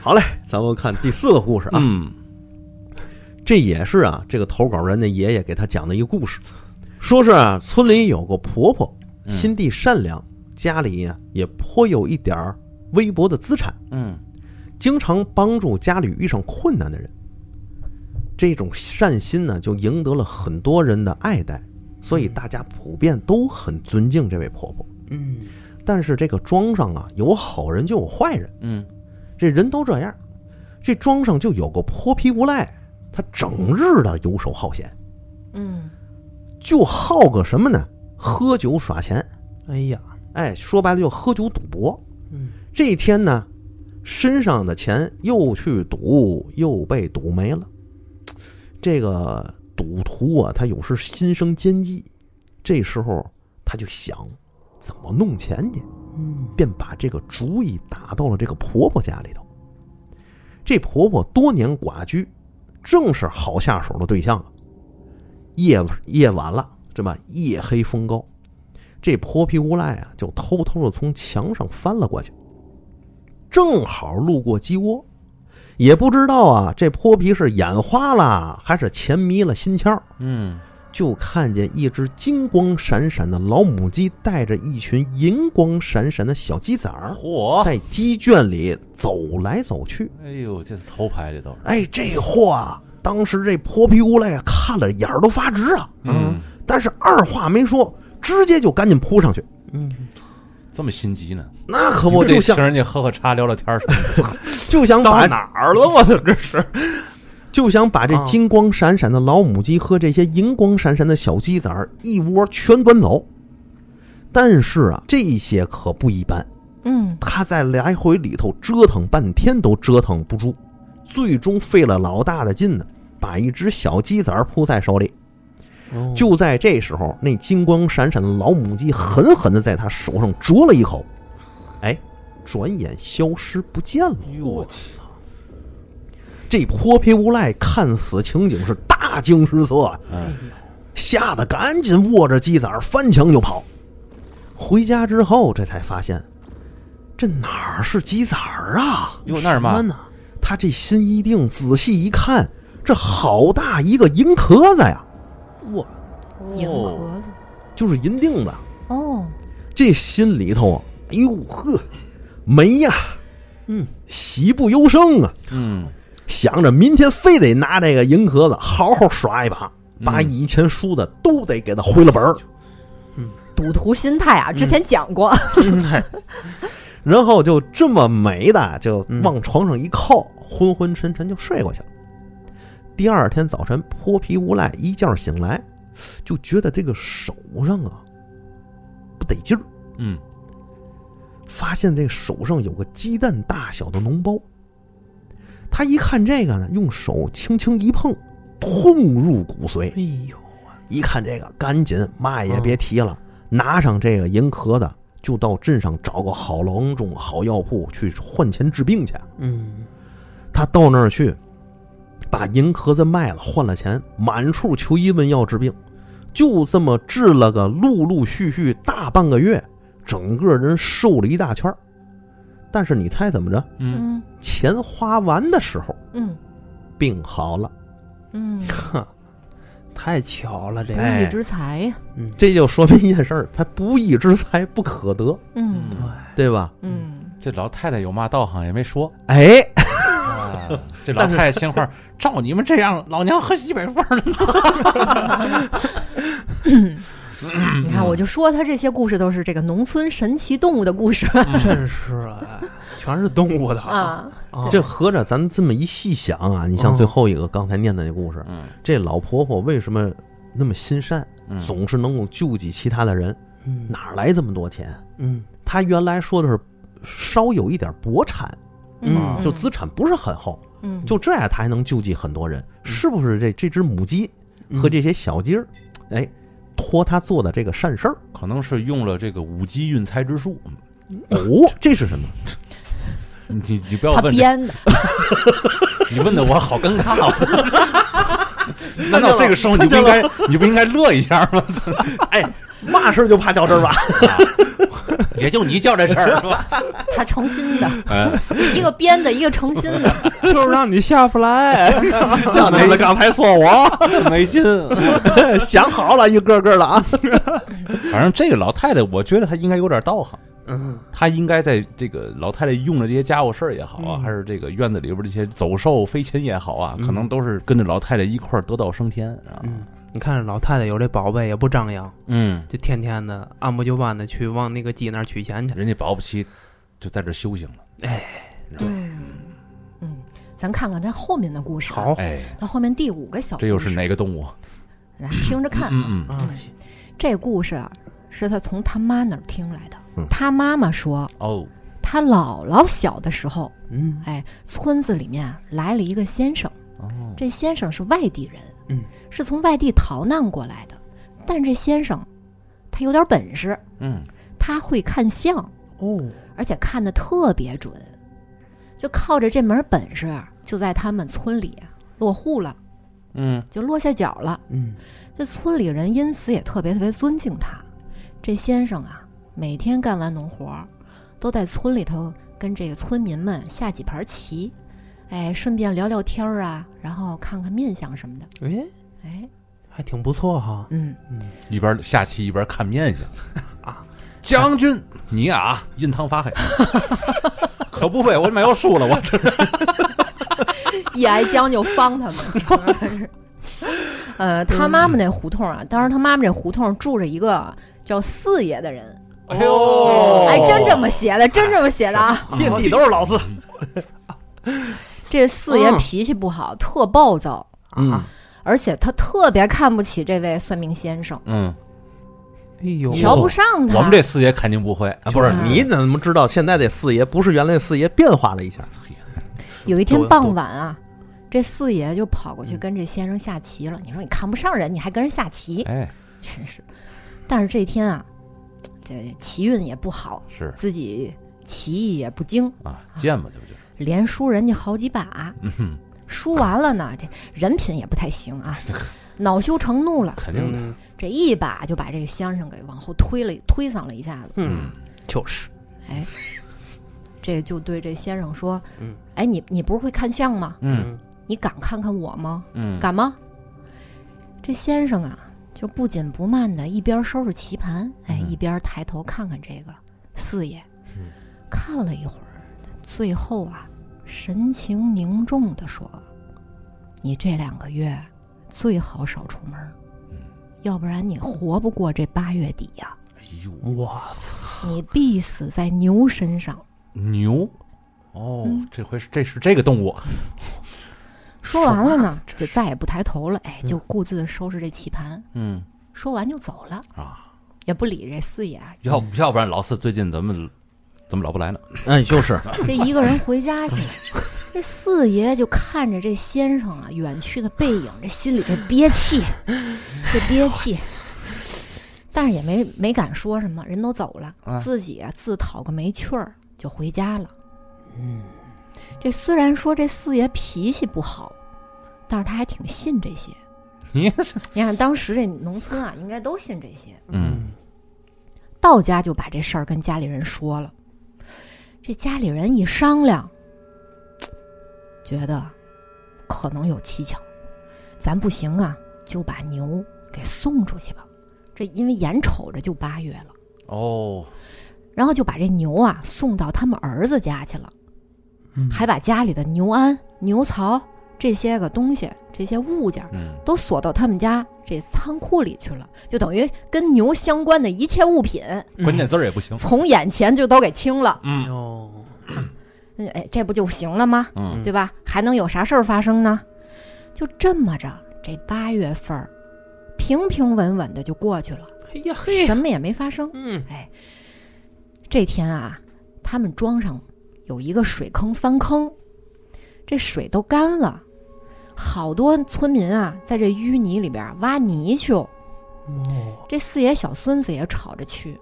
好嘞，咱们看第四个故事啊，嗯，这也是啊，这个投稿人的爷爷给他讲的一个故事，说是啊，村里有个婆婆，嗯心地善良，家里啊也颇有一点儿微薄的资产，嗯经常帮助家里遇上困难的人。这种善心呢，就赢得了很多人的爱戴，所以大家普遍都很尊敬这位婆婆。嗯但是这个庄上啊，有好人就有坏人，嗯，这人都这样，这庄上就有个泼皮无赖，他整日的游手好闲，嗯，就好个什么呢？喝酒耍钱，哎呀，哎，说白了就喝酒赌博。嗯这一天呢，身上的钱又去赌，又被赌没了。这个赌徒啊，他有时心生奸计，这时候他就想怎么弄钱去，嗯便把这个主意打到了这个婆婆家里头。这婆婆多年寡居，正是好下手的对象啊。夜夜晚了，这吧？夜黑风高，这泼皮无赖啊，就偷偷的从墙上翻了过去，正好路过鸡窝，也不知道啊，这泼皮是眼花了还是钱迷了心窍，嗯，就看见一只金光闪闪的老母鸡带着一群银光闪闪的小鸡崽儿，嚯，哦在鸡圈里走来走去。哎呦，这是头牌这都是，哎，这货啊，当时这泼皮无赖啊，看了眼儿都发直啊，嗯，但是二话没说，直接就赶紧扑上去。嗯，这么心急呢？那可不你就得请想人家喝喝茶、聊聊天儿什么就想到把哪儿了？我操，这是就想把这啊金光闪闪的老母鸡和这些银光闪闪的小鸡崽儿一窝全端走。但是啊，这些可不一般，嗯，他在来回里头折腾半天都折腾不住，最终费了老大的劲呢，把一只小鸡崽儿扑在手里。嗯哦就在这时候，那金光闪闪的老母鸡狠狠地在他手上啄了一口，哎，转眼消失不见了。的。哟，哎我操！这泼皮无赖看此情景是大惊失色啊，嗯吓得赶紧握着鸡崽儿翻墙就跑。回家之后，这才发现，这哪儿是鸡崽儿啊？哟，那是嘛什么？呢？他这心一定，仔细一看，这好大一个银壳子呀，我银哦，盒子。就是银锭子。嗯哦，这心里头啊，哎呦呵，没呀，嗯，喜不由生啊。嗯，想着明天非得拿这个银壳子好好耍一把，嗯把以前输的都得给他回了本儿。赌徒心态啊，之前讲过。心态然后就这么美的就往床上一靠，昏昏沉沉就睡过去了。第二天早晨，泼皮无赖一觉醒来，就觉得这个手上啊不得劲儿，嗯，发现这手上有个鸡蛋大小的脓包。他一看这个呢，用手轻轻一碰，痛入骨髓。哎呦，一看这个，赶紧嘛也别提了，拿上这个银壳子，就到镇上找个好郎中、好药铺去换钱治病去。嗯，他到那儿去，把银壳子卖了，换了钱，满处求医问药治病，就这么治了个陆陆续续大半个月，整个人瘦了一大圈儿。但是你猜怎么着？嗯，嗯钱花完的时候，嗯病好了。嗯，哼，太巧了，这不个义之财呀。嗯，这就说明一件事儿，他不义之财不可得，嗯对吧？嗯，这老太太有嘛道行也没说。哎，啊，这老太太心话，照你们这样，老娘喝西北风了。 <clears throat> 你嗯看，我就说他这些故事都是这个农村神奇动物的故事真是啊，全是动物的啊，啊。啊这合着咱这么一细想啊，你像嗯最后一个刚才念的那故事，嗯这老婆婆为什么那么心善，嗯总是能够救济其他的人？嗯哪儿来这么多钱？嗯她原来说的是稍有一点薄产，啊嗯就资产不是很厚，嗯就这样她还嗯 <laughs> 能救济很多人，是不是这？这只母鸡和这些小鸡儿，哎，托他做的这个善事儿。可能是用了这个五级运财之术。嗯哦，这是什么？你你你不要他问这，编的，你问的我好尴尬哦。 <laughs> 难道这个时候你不应该你不应该乐一下吗？嘛事儿就怕较真儿吧？ <laughs> 也就你较这事儿是吧？他诚心的， <laughs> 哎，一个编的，一个诚心 <laughs> 的。就是让你下不 <laughs> 来。叫你们刚才说我真没劲。 <laughs> 想好了，一个个的啊。反正这个老太太，我觉得她应该有点道行。嗯，她应该在这个老太太用的这些家伙事儿也好啊，嗯还是这个院子里边这些走兽、飞禽也好啊，嗯可能都是跟着老太太一块儿得道升天啊。嗯， <laughs> 你看老太太有这宝贝也不张扬，嗯，就天天的按部就班的去往那个鸡那儿取钱去。人家保不齐就在这修行了。对，嗯，咱看看他后面的故事。啊好，，哎，他后面第五个小故事，这又哦是哪个动物？来听着看。嗯嗯，啊，这故事啊，是他从他妈那儿听来的。嗯他妈妈说，哦，他姥姥小的时候，嗯哎，村子里面啊来了一个先生，哦，这先生是外地人，嗯，是从外地逃难过来的。但这先生，他有点本事，嗯，他会看相，哦，而且看得特别准，就靠着这门本事啊，就在他们村里啊落户了，嗯，就落下脚了。嗯，这村里人因此也特别特别尊敬他。这先生啊，每天干完农活儿，都在村里头跟这个村民们下几盘棋，哎，顺便聊聊天儿啊，然后看看面相什么的。哎，哎，还挺不错哈。嗯，嗯，一边下棋一边看面 <laughs> 相啊。将军，你啊，印堂 <laughs> 发黑，可不呗，我他妈要输了，我一挨将就方他 <laughs> 们。呃，他妈妈那胡同啊，当时他妈妈这胡同住着一个叫四爷的人，哎呦哎，真这么写的，真这么写的哦啊！遍地都是老四。这四爷嗯脾气不好，特暴躁，嗯啊，而且他特别看不起这位算命先生，嗯，哎呦，瞧不上他。哦我们这四爷肯定不会，啊，不是嗯，你怎么知道现在这四爷不是原来的四爷变化了一下？有一天傍晚啊，这四爷就跑过去跟这先生下棋了。你说你看不上人，你还跟人下棋，哎，真是。但是这天啊，这棋运也不好，是自己棋艺也不精，啊，贱吧，这不就是？连输人家好几把。嗯哼，输完了呢，这人品也不太 <laughs> 行啊，恼羞成怒了，肯定的，嗯这一把就把这个先生给往后推了，推搡了一下子。嗯，就是，哎，这就对这先生说：“嗯哎，你你不是会看相吗？嗯你敢看看我吗？嗯，敢吗？”这先生啊，就不紧不慢的一边收拾棋盘，哎，嗯一边抬头看看这个四爷嗯。看了一会儿，最后啊，神情凝重的说：“你这两个月最好少出门儿嗯，要不然你活不过这八月底呀、哎呦，哇，你必死在牛身上。”牛，哦嗯，这回是这是这个动物，说完了呢，就再也不抬头了，哎，就顾自的收拾这棋盘。嗯说完就走了，啊，也不理这四爷，啊要要不然老四最近怎么怎么老不来呢？嗯，就是 <laughs> 这一个人回家去了。这四爷就看着这先生啊远去的背影，这心里这 <laughs> 憋气，这憋气，但是也没没敢说什么，人都走了，啊自己啊自讨个没趣儿就回家了。嗯，这虽然说这四爷脾气不好，但是他还挺信这些。你你看当时这农村啊，应该都信这些。嗯到家就把这事儿跟家里人说了。这家里人一商量，觉得可能有蹊跷，咱不行啊，就把牛给送出去吧。这因为眼瞅着就八月了，哦，然后就把这牛啊送到他们儿子家去了，还把家里的牛鞍、牛槽这些个东西、这些物件嗯，都锁到他们家这仓库里去了，就等于跟牛相关的一切物品嗯关键字儿也不行，从眼前就都给清了。哎嗯哟，嗯哎，这不就行了吗？嗯，对吧？还能有啥事儿发生呢？就这么着，这八月份儿平平稳稳的就过去了，嘿哎呀嘿，什么也没发生。嗯，这天啊，他们庄上有一个水坑翻坑，这水都干了，好多村民啊在这淤泥里边挖泥鳅，哦，这四爷小孙子也吵着去，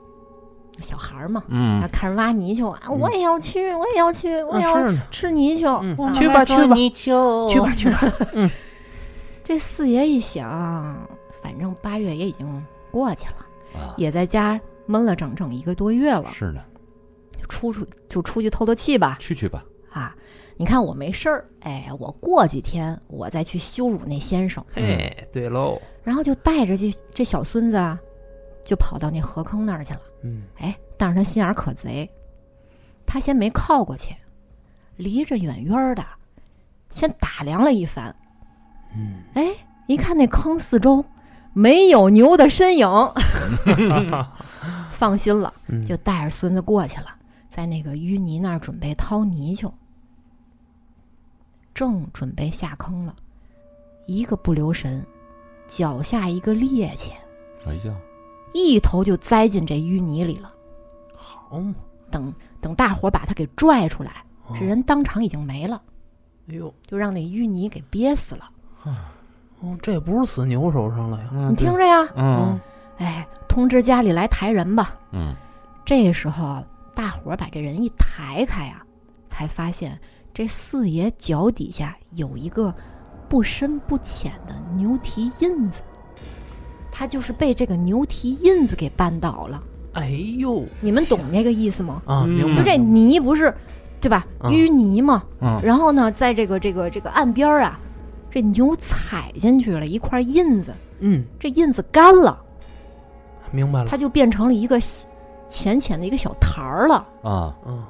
小孩儿嘛，嗯啊，看人挖泥鳅啊，嗯我也要去，我也要去，我也要啊是呢，吃泥鳅。嗯我去妈吧妈去说吧泥鳅去吧。去吧，这四爷一想，反正八月也已经过去了，啊，也在家闷了整整一个多月了，是呢，出出就出去透透气吧。去去吧，啊，你看我没事儿，哎，我过几天我再去羞辱那先生，哎，对喽，然后就带着这这小孙子啊，就跑到那河坑那儿去了。嗯，哎，但是他心眼儿可贼，他先没靠过去，离着远远儿的，先打量了一番。嗯，哎，一看那坑四周没有牛的身 <laughs> 影，放心了，嗯就带着孙子过去了，在那个淤泥那儿准备掏泥鳅，正准备下坑了，一个不留神，脚下一个趔趄，哎呀，一头就栽进这淤泥里了。好嘛，等等大伙儿把他给拽出来，这人当场已经没了，哎呦，就让那淤泥给憋死了。哦，这不是死牛手上了呀，哦嗯你听，着呀，嗯哎，通知家里来抬人吧。嗯，这时候大伙儿把这人一抬开呀、才发现这四爷脚底下有一个不深不浅的牛蹄印子，他就是被这个牛蹄印子给绊倒了。哎呦你们懂这个意思吗？啊，嗯明白就这泥不是，对吧？啊淤泥嘛，嗯然后呢，在这个这个这个岸边儿啊，这牛踩进去了一块印子，嗯，这印子干了，明白了，它就变成了一个细浅浅的一个小台儿了。啊，嗯，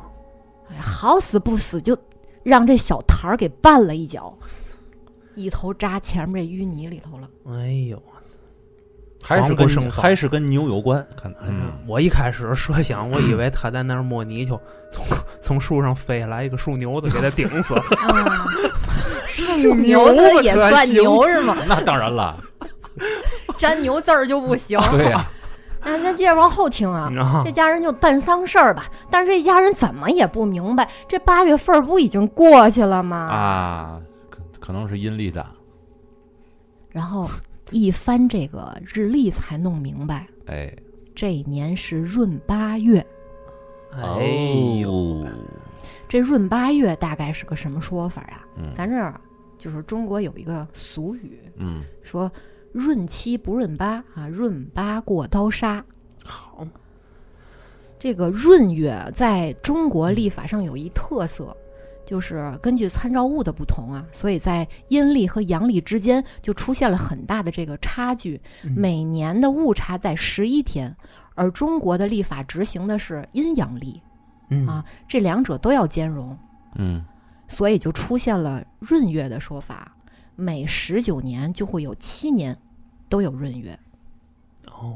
哎，好死不死就让这小台儿给绊了一脚，一头扎前面这淤泥里 <laughs> 头了。哎呦，还是防不胜跟防还是跟牛有关，看来嗯，我一开始设想，我以为他在那儿摸泥鳅，从从树上飞下来一个树牛子给他顶死了。 <laughs> 啊，是牛子子也算牛是吗？那当然了，沾牛字儿就不行。 <laughs> 哎对呀，那那接着往后听啊。 <laughs> 啊这家人就办丧事儿吧，但是这家人怎么也不明白，这八月份儿不已经过去了吗？啊，可可能是阴历的，然后一翻这个日历才弄明白，哎，这一年是闰八月。哎呦，呦，这闰八月大概是个什么说法啊？嗯咱这儿就是中国有一个俗语嗯，说“闰七不闰八”啊，“闰八过刀杀好嘛，”。这个闰月在中国历法上有一特色。就是根据参照物的不同啊，所以在阴历和阳历之间就出现了很大的这个差距。嗯每年的误差在十一天，而中国的历法执行的是阴阳历，嗯啊这两者都要兼容，嗯，所以就出现了闰月的说法。每十九年就会有七年都有闰月，哦，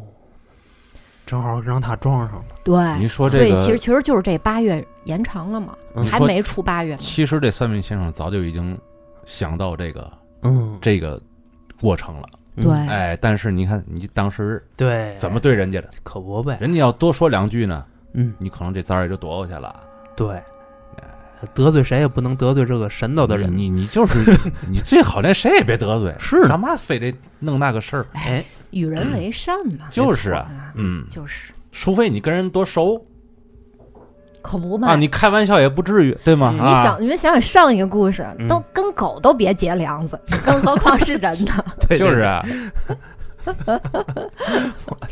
正好让他撞上了。对，你说这所以个其实其实就是这八月延长了嘛，嗯还说没出八月呢。其实这算命先生早就已经想到这个嗯，这个过程了，嗯对，哎，但是你看你当时对，哎怎么对人家的，可不呗？人家要多说两句呢，嗯，你可能这灾儿也就躲过去了。对，得罪谁也不能得罪这个神道的人。你你就是 <laughs> 你最好连谁也别得罪，是干嘛非得弄那个事儿？哎，与人为善嘛，就是啊，啊，嗯，就是，除非你跟人多熟可不嘛。啊，你开玩笑也不至于，对吗？嗯你啊，想，你们想想上一个故事，嗯都跟狗都别结梁子，更何况是人呢？对，就是对啊，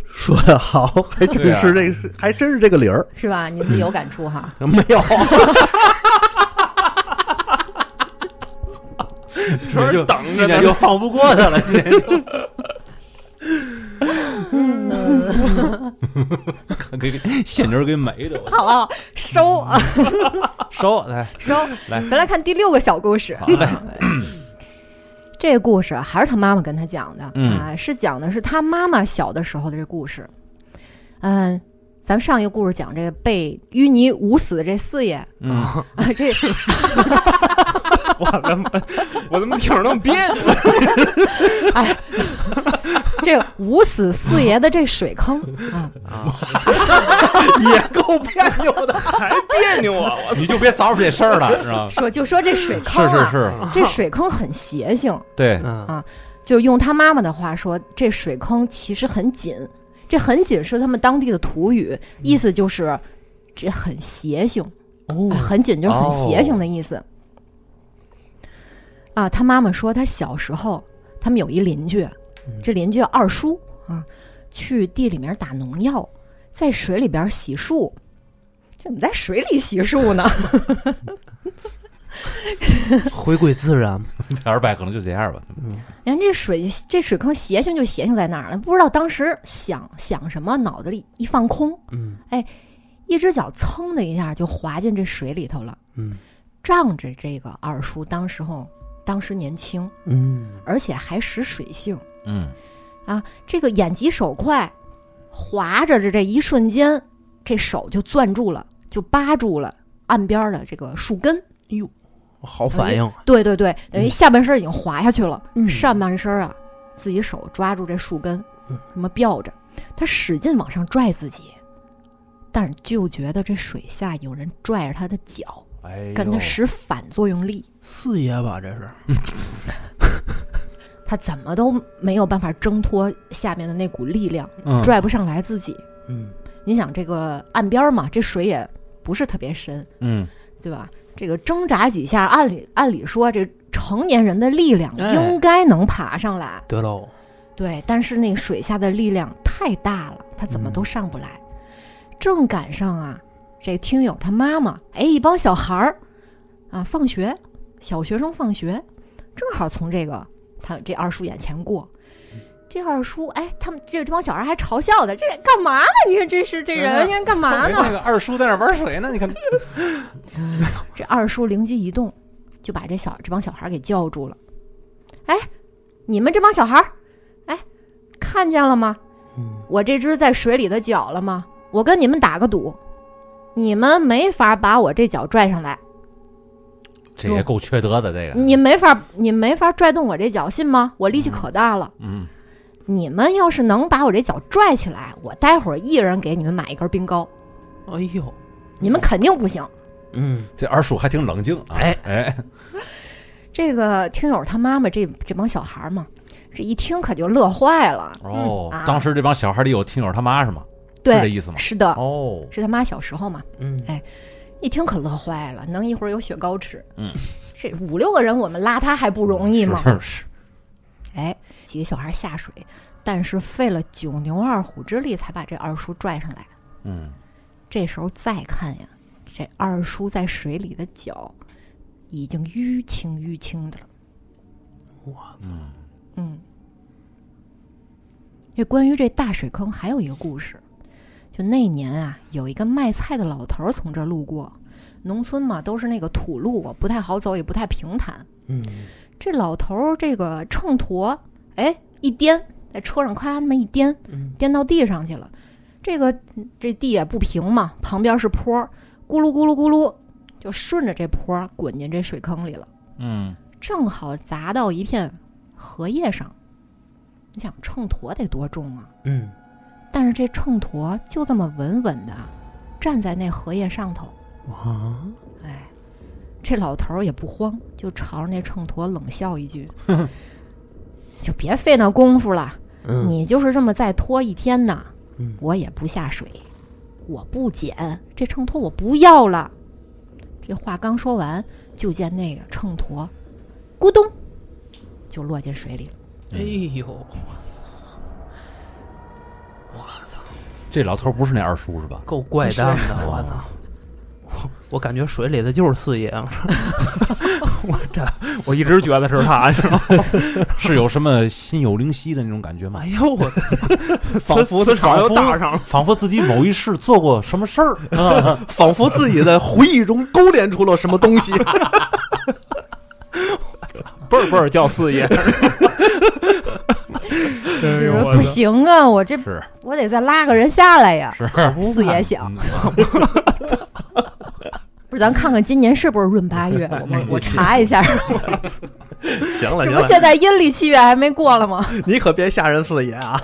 说的好，还对真啊是这个，还真是这个理儿。是吧？你自己有感触哈。啊没有，这人等今着呢天就放不过他 <laughs> 了，今天就。 <laughs> 给给现牛给没的， <laughs> 好啊，收啊，收哎来收！来回来看第六个小故事。 <laughs> 好嘞，这个故事啊还是他妈妈跟他讲的、嗯啊，是讲的是他妈妈小的时候的这故事。嗯，咱们上一个故事讲这个被淤泥捂死的这四爷嗯，啊， <laughs> 这我他妈，我他妈听着那么别扭。这捂死四爷的这水坑啊， <laughs> 也够别扭的。还 <laughs> 别扭啊！我你 <laughs> 就别找出这事 <laughs> 儿了，是吧？说就说这水坑是啊，是是，这水坑很邪性，对，嗯就用他妈妈的话说，这水坑其实很紧，这很紧是他们当地的土语，意思就是这很邪性，哦哎很紧就是很邪性的意思。啊，他妈妈说他小时候，他们有一邻居，这邻居二叔啊，去地里面打农药，在水里边洗漱，这怎么在水里洗漱呢？ <laughs> 回归自然嘛。二百可能就这样吧。你看这水这水坑邪性就邪性在哪儿了？不知道当时想想什么，脑子里一放空，嗯一只脚噌的一下就滑进这水里头了。嗯仗着这个二叔当时候当时年轻，嗯，而且还识水性，嗯，这个眼疾手快，划着这这一瞬间，这手就攥住了，就扒住了岸边的这个树根。好反应啊。对对嗯对，等于下半身已经滑下去了，嗯上半身啊，自己手抓住这树根嗯，什么吊着，他使劲往上拽自己，但是就觉得这水下有人拽着他的脚，哎呦，跟他使反作用力，四爷吧，这是他怎么都没有办法挣脱下面的那股力量，嗯拽不上来自己。嗯你想这个岸边嘛，这水也不是特别深，嗯，对吧？这个挣扎几下，按理按理说这成年人的力量哎应该能爬上来，对喽，对，但是那个水下的力量太大了，他怎么都上不来。正赶上啊，这听友他妈妈，哎，一帮小孩儿啊，放学，小学生放学，正好从这个他这二叔眼前过。这二叔，哎，他们这这帮小孩还嘲笑的，这干嘛呢？你看这是这人，你看干嘛呢？个二叔在那玩水呢，你看，这二叔灵机一动，就把这小这帮小孩给叫住了。哎，你们这帮小孩儿，哎，看见了吗？嗯我这只在水里的脚了吗？我跟你们打个赌，你们没法把我这脚拽上来，这也够缺德的，这个，你没法，你没法拽动我这脚，信吗？我力气可大了。啊嗯，你们要是能把我这脚拽起来，我待会儿一人给你们买一根冰糕。哎呦，你们肯定不行。嗯，这二叔还挺冷静啊。哎哎，这个听友他妈妈这这帮小孩儿嘛，这一听可就乐坏了。哦嗯啊，当时这帮小孩里有听友他妈是吗？对，是这意思吗？是的，哦，是他妈小时候嘛，嗯一听可乐坏了，能一会儿有雪糕吃。嗯，这五六个人我们拉他还不容易吗？是是，哎，几个小孩下水，但是费了九牛二虎之力才把这二叔拽上来。嗯，这时候再看呀，这二叔在水里的脚已经淤青淤青的了。哇，嗯，这关于这大水坑还有一个故事，就那年啊，有一个卖菜的老头儿从这儿路过，农村嘛都是那个土路，啊，不太好走，也不太平坦。嗯这老头儿这个秤砣，哎，一颠在车上咔那么一颠，嗯颠到地上去了。这个这地也不平嘛，旁边是坡儿，咕噜咕噜咕噜，就顺着这坡儿滚进这水坑里了。嗯，正好砸到一片荷叶上。你想秤砣得多重啊？嗯，但是这秤砣就这么稳稳的站在那荷叶上头，哇，哎，这老头儿也不慌，就朝着那秤砣冷笑一 <laughs> 句：“就别费那功夫了，嗯你就是这么再拖一天呐，嗯我也不下水，我不捡这秤砣，我不要了。”这话刚说完，就见那个秤砣咕咚就落进水里了。哎呦，这老头不是那二叔是吧？够怪诞是的，我操！我我感觉水里的就是四爷， <laughs> 我这我一直觉得是他，是吧？是有什么心有灵犀的那种感觉吗 <laughs> 哎？呦， <laughs> 我哎 <laughs> 仿佛磁磁场又仿佛搭上了，仿佛自己某一世做过什么事 <laughs> 儿，嗯仿佛自己的回忆中勾连出了什么东 <laughs> 西。 <laughs> 倍儿倍儿叫四爷，哎 <laughs> 呦我不操行啊，我这是我得再拉个人下来呀。是四爷想，嗯不是咱看看今年是不是闰八 <laughs> 月？我们我查一下，行了这行不了，现在阴历七月还没过了吗？你可别吓人四爷啊！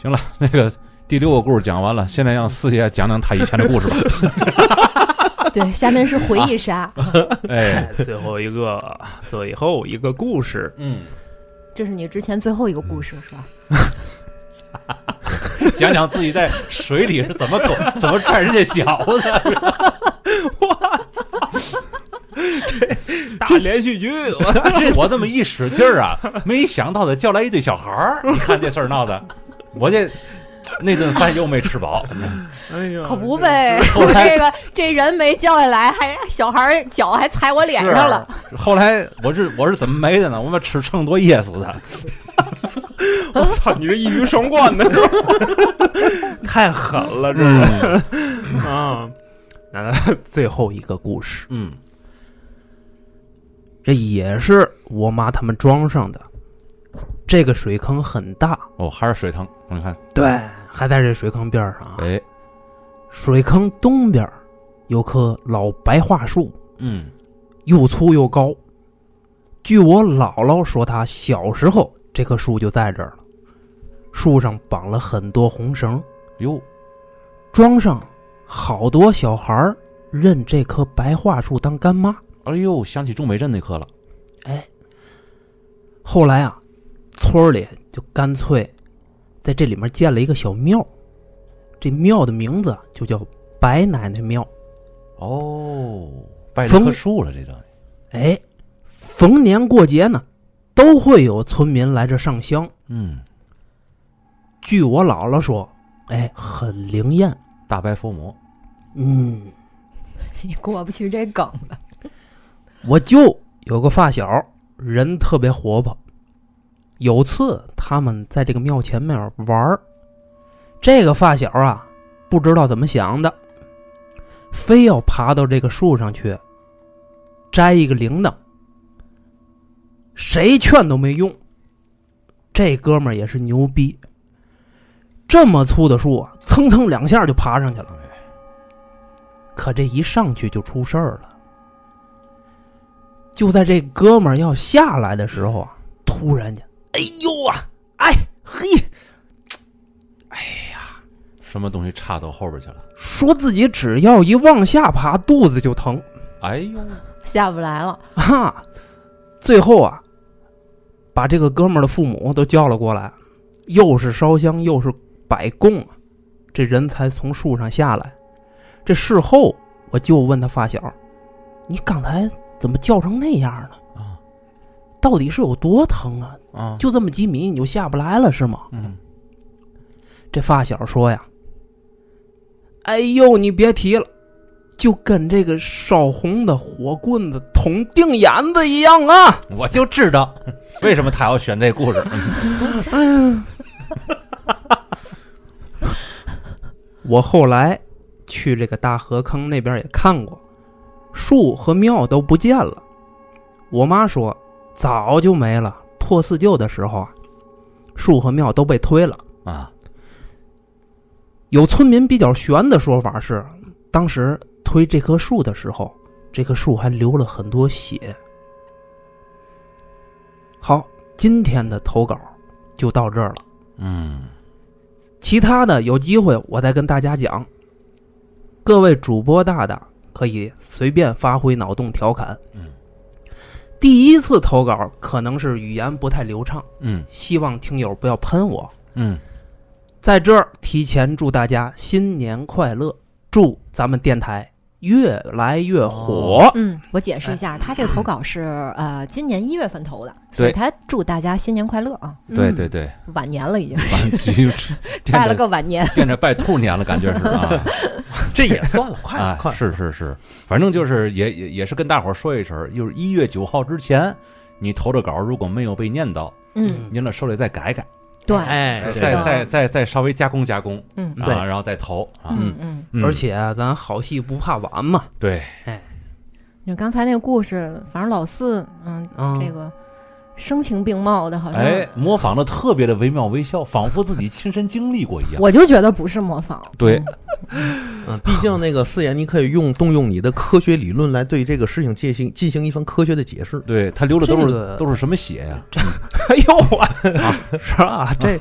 行了，那个第六个故事讲完了，现在让四爷讲讲他以前的故 <laughs> 事吧。 <laughs> 对，下面是回忆 <laughs> 杀。哎，最后一个，最后一个故事，嗯这是你之前最后一个故事是吧？讲讲自己在水里是怎么狗怎么拽人家脚的。大连续剧，我我 <laughs> 这么一使劲儿啊，没想到的叫来一堆小孩儿。你看这事儿闹的，我这那顿饭又没吃饱。哎呀， <laughs> 可不 <laughs> 呗，后我来这个这人没叫下来，还小孩儿脚还踩我脸上了。是。啊后来我是我是怎么没的呢？我们吃秤多噎死的。 <laughs> 我操，你这一鱼双关的，是吧 <laughs> 太狠了，这嗯是啊。那 <laughs> 咱最后一个故事，嗯这也是我妈他们庄上的。这个水坑很大，哦，还是水塘。你看，对，还在这水坑边儿上啊。哎，水坑东边儿有棵老白桦树，嗯，又粗又高。据我姥姥说，她小时候这棵树就在这儿了，树上绑了很多红绳，哟，庄上好多小孩儿认这棵白桦树当干妈。哎呦，想起中北镇那棵了。后来啊，村儿里就干脆在这里面建了一个小庙，这庙的名字就叫白奶奶庙。哦，拜这风棵树了，这个。哎，逢年过节呢，都会有村民来这上香。嗯，据我姥姥说，哎，很灵验。大白佛魔。嗯， <laughs> 你过不去这梗了。我舅有个发小，人特别活泼。有次他们在这个庙前面玩儿，这个发小啊，不知道怎么想的，非要爬到这个树上去摘一个铃铛。谁劝都没用，这哥们儿也是牛逼。这么粗的树啊，蹭蹭两下就爬上去了。可这一上去就出事儿了。就在这哥们儿要下来的时候啊，突然间，哎呦啊，哎嘿，什么东西插到后边去了？说自己只要一往下爬，肚子就疼 <laughs> 哎呦，下不来了，啊。最后啊，把这个哥们儿的父母都叫了过来，又是烧香又是摆供啊，这人才从树上下来。这事后我就问他发小：“你刚才怎么叫成那样呢？啊到底是有多疼啊？啊，就这么几米你就下不来了是吗？”嗯，这发小说呀：“哎呦，你别提了，就跟这个烧红的火棍子捅腚眼子一样啊！我就知 <laughs> 道为什么他要选这故事。我后来去这个大河坑那边也看过，树和庙都不见了。我妈说早就没了，破四旧的时候啊，树和庙都被推了。 <laughs> 啊，有村民比较悬的说法是，当时推这棵树的时候，这棵树还流了很多血。好，今天的投稿就到这儿了，嗯，其他的有机会我再跟大家讲。各位主播大大可以随便发挥脑洞调侃。嗯，第一次投稿可能是语言不太流畅，嗯希望听友不要喷我。嗯，在这儿提前祝大家新年快乐，祝咱们电台越来越哦火。嗯，我解释一下，他这个投稿是呃今年一月份投的，对所以他祝大家新年快乐啊，对对对，晚年了已经， <laughs> 完就拜惦了着个晚年。惦着拜兔年了，感觉是 <laughs> 啊这也算了，快了，啊，快了，是是是，反正就是也也也是跟大伙儿说一声，就是一月九号之前，你投的稿如果没有被念到，嗯，您的手里再改改，对，哎，再这再个再再再稍微加工加工嗯对啊，然后再投啊，嗯嗯，嗯而且啊、咱好戏不怕晚嘛，对，你刚才那个故事，反正老四，嗯，嗯，这个声情并茂的，好像哎，模仿的特别的惟妙惟肖，仿佛自己亲身经历过一样。我就觉得不是模仿，对嗯毕竟那个四爷，你可以用动用你的科学理论来对这个事情进行进行一番科学的解释。对他流的都这是个都是什么血呀？哎呦我，是吧？这，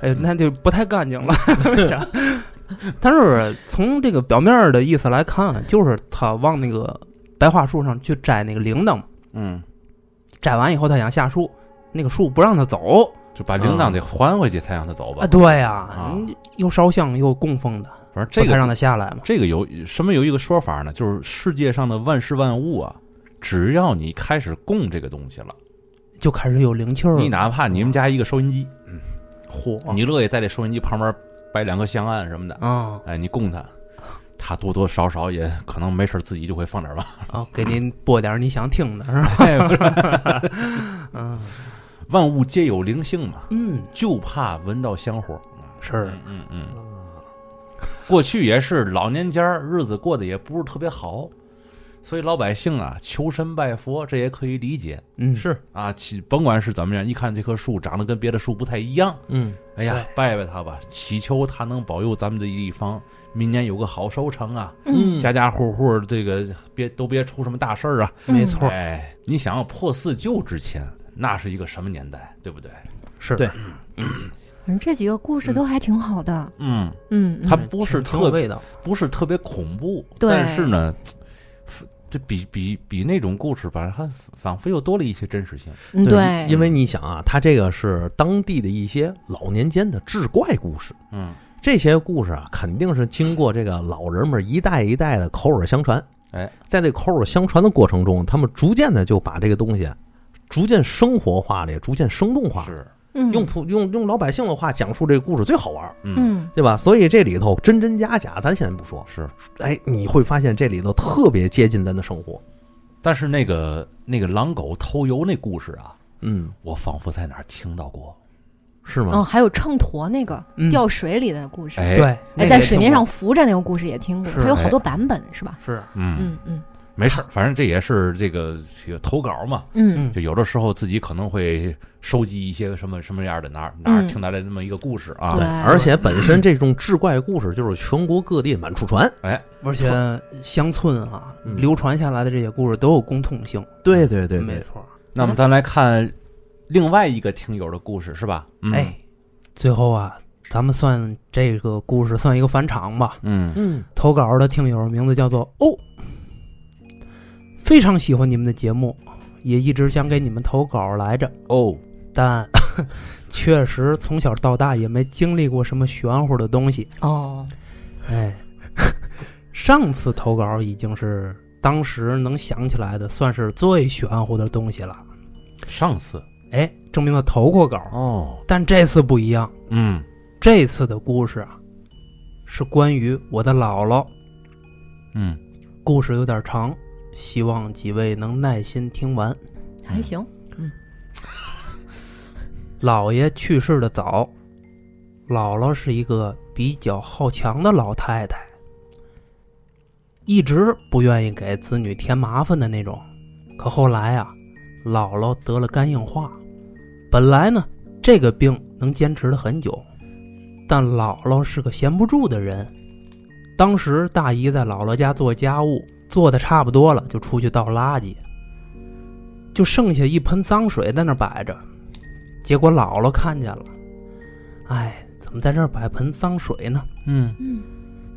哎呦，那就不太干净了。 <laughs> 但是从这个表面的意思来看，就是他往那个白桦树上去摘那个铃铛嘛，嗯摘完以后他想下树，那个树不让他走就把铃嗯铛得还回去才让他走吧啊。。对呀、啊你又烧香又供奉的，反正这不才个让他下来嘛。这个有什么有一个说法呢？就是世界上的万事万物啊，只要你开始供这个东西了，就开始有灵气儿了。你哪怕你们家一个收音机，火你乐意在这收音机旁边摆两个香案什么的，啊哎，你供它，它多多少少也可能没事儿自己就会放点儿吧。啊，给您播点儿你想听的是吧？ <laughs> 哎不是嗯万物皆有灵性嘛，嗯，就怕闻到香火。是嗯嗯嗯，过去也是老年间儿日子过得也不是特别好，所以老百姓啊求神拜佛，这也可以理解。嗯是，啊，祈甭管是怎么样，一看这棵树长得跟别的树不太一样，嗯，哎呀，拜拜它吧，祈求它能保佑咱们这一地方明年有个好收成啊，嗯家家户户这个别都别出什么大事儿啊。嗯没错儿，哎，你想要破四旧之前，那是一个什么年代，对不对？是嗯对反正这几个故事都还挺好的，嗯，嗯，它嗯不是挺有特别味道，不是特别恐怖，对但是呢，这比比比那种故事吧，它仿佛又多了一些真实性。嗯对，因为你想啊，他这个是当地的一些老年间的志怪故事，嗯，这些故事啊，肯定是经过这个老人们一代一代的口耳相传。哎，在这口耳相传的过程中，他们逐渐的就把这个东西啊逐渐生活化了，也逐渐生动化了。是，嗯用普用用老百姓的话讲述这个故事最好玩儿，嗯，嗯对吧？所以这里头真真假假，咱先不说。是。哎，你会发现这里头特别接近咱的生活。但是那个那个狼狗偷油那故事啊，嗯，我仿佛在哪儿听到过。是吗？哦，还有秤砣那个嗯掉水里的故事，哎，对，那哎，个在也水挺面好上浮着那个故事也听过，是它有好哎多版本是吧？是嗯，嗯嗯没事儿，反正这也是这个这个投稿嘛。嗯就有的时候自己可能会收集一些什么什么样的哪儿哪儿听来的那么一个故事啊对。而且本身这种志怪故事就是全国各地满处传。哎，而且乡村啊，嗯流传下来的这些故事都有共通性，对对对没，错。那么咱来看另外一个听友的故事是吧？嗯哎，，最后啊，咱们算这个故事算一个返场吧。嗯嗯，投稿的听友名字叫做欧，非常喜欢你们的节目，也一直想给你们投稿来着，哦，但 <laughs> 确实从小到大也没经历过什么玄乎的东西。哦，哎， <laughs> 上次投稿已经是当时能想起来的，算是最玄乎的东西了。上次哎，证明他投过稿，哦，但这次不一样。嗯这次的故事啊，是关于我的姥姥。嗯，故事有点长，希望几位能耐心听完。还行，姥爷去世的早，姥姥是一个比较好强的老太太，一直不愿意给子女添麻烦的那种。可后来啊，姥姥得了肝硬化，本来呢这个病能坚持了很久，但姥姥是个闲不住的人。当时大姨在姥姥家做家务，做的差不多了，就出去倒垃圾，就剩下一盆脏水在那儿摆着。结果姥姥看见了，哎，怎么在这儿摆盆脏水呢？嗯嗯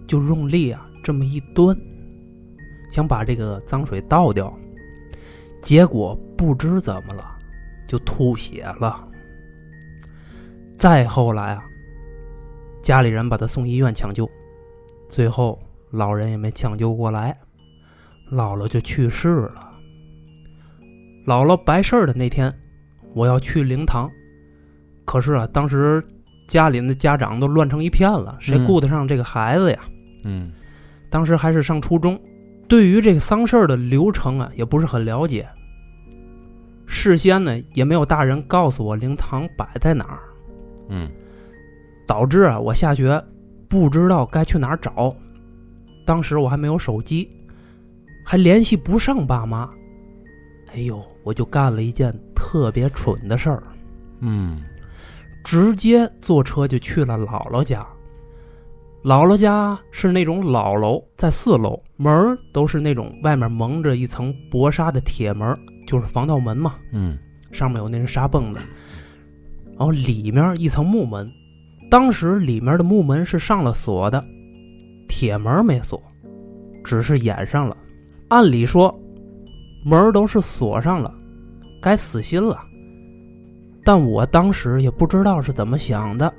就用力啊这么一端，想把这个脏水倒掉，结果不知怎么了，就吐血了。再后来啊，家里人把他送医院抢救，最后老人也没抢救过来，姥姥就去世了。姥姥白事儿的那天，我要去灵堂，可是啊，当时家里的家长都乱成一片了，谁嗯顾得上这个孩子呀？嗯当时还是上初中，对于这个丧事儿的流程啊，也不是很了解。事先呢，也没有大人告诉我灵堂摆在哪儿，嗯导致啊我下学不知道该去哪儿找。当时我还没有手机，还联系不上爸妈。哎呦，我就干了一件特别蠢的事儿。嗯直接坐车就去了姥姥家。姥姥家是那种老楼，在四楼，门儿都是那种外面蒙着一层薄纱的铁门儿，就是防盗门嘛，嗯上面有那个纱蹦子，然后里面一层木门。当时里面的木门是上了锁的，铁门没锁，只是掩上了。按理说，门儿都是锁上了，该死心了。但我当时也不知道是怎么想的，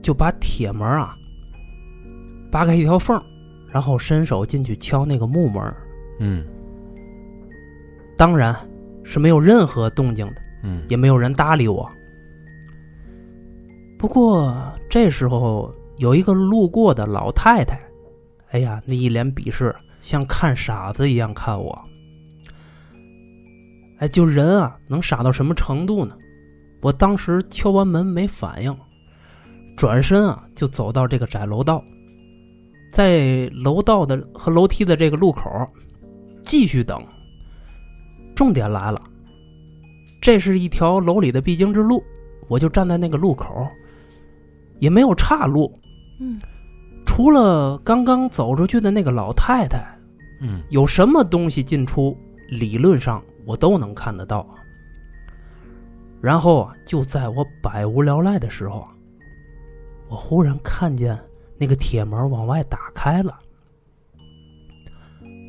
就把铁门啊扒开一条缝儿，然后伸手进去敲那个木门儿，嗯当然是没有任何动静的。嗯也没有人搭理我。不过这时候有一个路过的老太太，哎呀，那一脸鄙视，像看傻子一样看我。哎，就人啊，能傻到什么程度呢？我当时敲完门没反应，转身啊就走到这个窄楼道，在楼道的和楼梯的这个路口继续等。重点来了。这是一条楼里的必经之路，我就站在那个路口，也没有岔路，嗯，除了刚刚走出去的那个老太太，嗯有什么东西进出，理论上我都能看得到。然后啊，就在我百无聊赖的时候啊，我忽然看见那个铁门往外打开了，